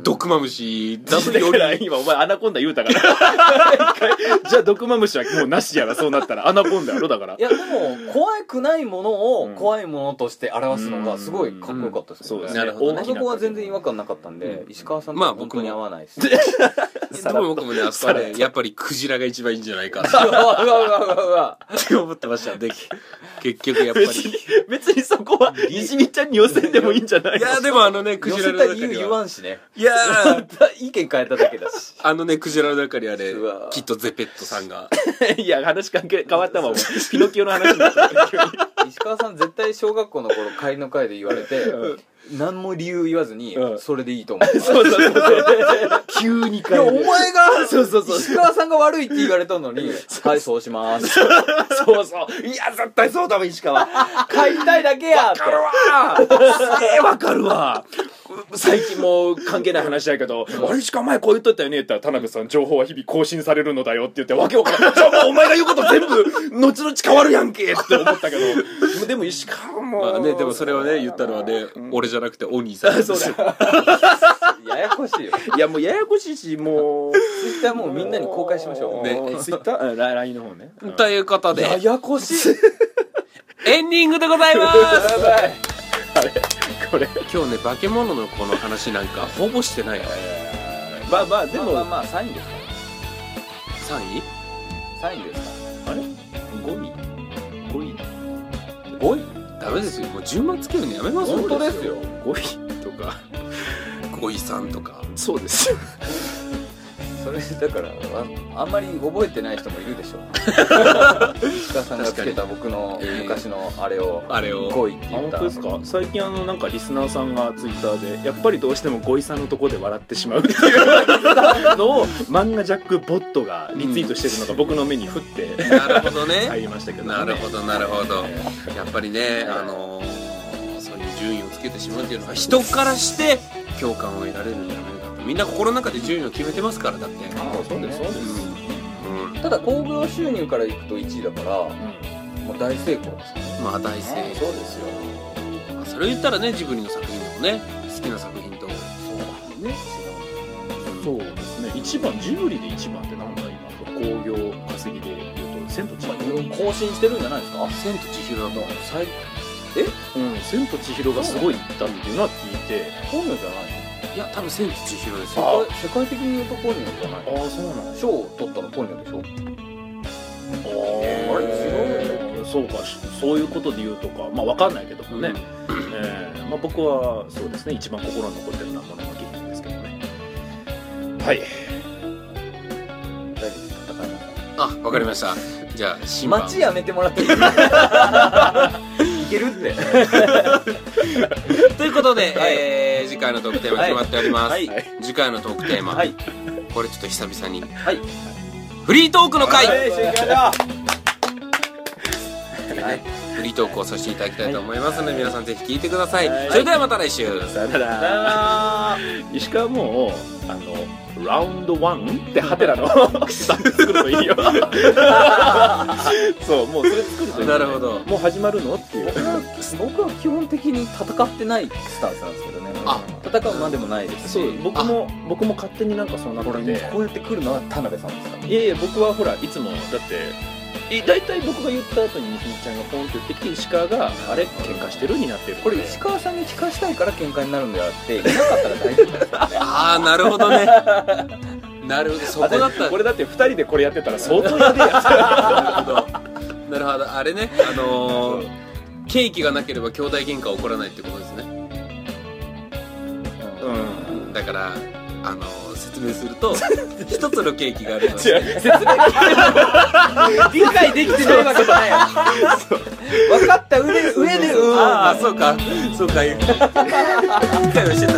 S1: 毒マムシだと
S2: だ
S1: よ
S2: から
S1: り
S2: 今お前アナコンダ言うたから一回じゃあ毒マムシはもうなしやらそうなったらアナコンダやろだから
S3: いやでも怖くないものを
S2: うん
S3: 怖いものとして表すのがすごいかっこよかったです
S2: そ
S3: よ
S2: う
S3: ね、
S2: です
S1: な
S2: ね
S1: るほどね
S3: あそこは全然違和感なかったんで、石川さんと
S1: まあ
S3: は本当に合わないです、
S1: でも僕もねあそこはねやっぱりクジラが一番いいんじゃないか
S3: うわうわうわうわ
S1: って思ってましたで結局やっぱり
S2: 別に別にそこは西見ちゃんに寄せんでもいいんじゃない
S1: い
S2: の
S1: やでもあのねク
S3: 寄
S1: ジラ
S3: せ
S1: の
S3: た
S1: 中
S3: 理由
S1: に
S3: 言
S1: は
S3: わんしね
S1: いやー
S3: 意見変えただけだし
S1: あのねクジラの中にはね
S3: うわ
S1: きっとゼペットさんが
S2: いや話関係変わったわお前ピノキオの話になったから急に
S3: 石川さん絶対小学校の頃帰りの会で言われて何も理由言わずに、
S2: うん
S3: それでいいと思う
S2: そうそうそうそう 急に
S3: い
S2: 変
S3: や、
S2: え
S3: お
S2: る
S3: 前が、
S2: そうそうそう
S3: 石川さんが悪いって言われたのに、はい、そうします。
S2: そうそう。いや、絶対そうだわ、石川。
S3: 買いたいだけやって。
S2: わーすげえわかるわ最近もう関係ない話だけど、あれ石川前こう言っとったよねって言ったら、田辺さん情報は日々更新されるのだよって言って、わけわからん。じゃあもうお前が言うこと全部、後々変わるやんけって思ったけど。でも石川も。
S1: まあねでもそれをね言ったのはね俺じゃなくてお兄さん
S2: そうだよ。
S3: ややこしいよ。
S2: いや、もうややこしいし、もう。
S3: ツイッターもうみんなに公開しましょう。
S1: ね
S2: ツイッター ?LINE の方ね。
S1: ということで
S3: ややこしい。
S1: エンディングでございます
S2: ばい。あれこれ。
S1: 今日ね化け物のこの話なんかほぼしてないよ
S2: まあまあ、で
S3: で
S2: も
S3: も、まあ、まあ、サインですか
S1: 3位
S3: ら。サインですから。
S4: あれ5位5位
S1: おいダメですよもう10万つけるのやめます
S4: 本当ですよ
S2: 5位とか
S1: 小井さんとか
S2: そうですよ
S3: それだからああんまり覚えてない人もいるでしょう石川さんがつけた僕の昔のあれを
S1: あれを
S3: 5位って言
S2: 本
S3: った
S2: 当ですか最近あのなんかリスナーさんがツイッターでやっぱりどうしてもゴイさんのとこで笑ってしまうっていうのを漫画ジャックボットがリツイートしてるのが僕の目に降って
S1: なるほどね、
S2: 入りましたけど、ね、
S1: なるほどなるほどやっぱりね、
S2: はい
S1: あのーそういう順位をつけてしまうっていうのは人からして共感を得られるんじゃないかとみんな心の中で順位を決めてますからだって
S3: あーそうですそうです
S1: うん、うん、
S3: ただ興行収入からいくと1位だから、もう大成功ですね
S1: まあ大成
S3: そうですよ
S1: まあそれ言ったらねジブリの作品でもね好きな作品と、
S3: そうね
S2: そうですね一番ジブリで一番ってなんだ今興行稼ぎでいうと「千と千尋」
S3: 更新してるんじゃないですか
S1: 千と千尋だと
S3: 最
S2: うん「千と千尋」がすごいだっていうのは聞いて
S3: 高のじゃない
S1: いや多分千と千尋です
S3: 世
S1: よ
S3: 界世界的に言うと高のじゃな
S2: あ
S3: い
S2: あそうなんだ
S3: 賞を取ったの高のでしょ
S2: あ
S3: あれ違
S2: うそうかしそういうことで言うとかまあわかんないけどもね、えーまあ、僕はそうですね一番心に残ってるのはもののけ姫ですけどねはい
S3: 大丈夫ですか高山
S1: あわかりましたじゃあ審判
S3: 街やめてもらっていいいけるって
S1: ということで、
S3: はい
S1: えー次回のトークテーマ決まっております、
S3: はい
S1: 次回のトークテーマ、
S3: はい
S1: これちょっと久々に
S3: はい
S1: フリートークの回、
S3: はい正解だはい
S1: フリートークをさせていただきたいと思いますので、皆さんぜひ聞いてください、それではまた来週、
S2: さよな
S3: さよ
S2: ら
S3: なら
S2: 石川もうあのラウンドワンってハテナの サブ作るといいよ そうもうそれ作るといい
S1: な
S2: よ
S1: るほど
S2: もう始まるのっていう
S3: 僕は僕は基本的に戦ってないスタンスなんですけどね
S1: あ
S3: 戦うまでもないですし
S2: そう僕も僕も勝手になんかそうなって
S3: これ
S2: て
S3: こうやって来るのは田辺さんですか
S2: いやいや僕はほらいつもだってい大体僕が言った後に西日ちゃんがポンって言ってきて石川が「あれ喧嘩してる?」になってる
S3: これ石川さんに聞かしたいから喧嘩になるんであって いなかったら大丈夫ですよね
S1: ああなるほどねなるほどそこだった
S2: これだって2人でこれやってたら相当やべえやつ
S1: なるほどなるほどあれねあのーケーキがなければ兄弟喧嘩は起こらないってことですね
S2: うん
S1: だからあのー説明する と一つのケーキがあるので
S2: 違う説明
S3: 理解できてないわけじゃないよ分かった上で上でうん
S1: ああそうかそうか理解をしてたのかびっくりした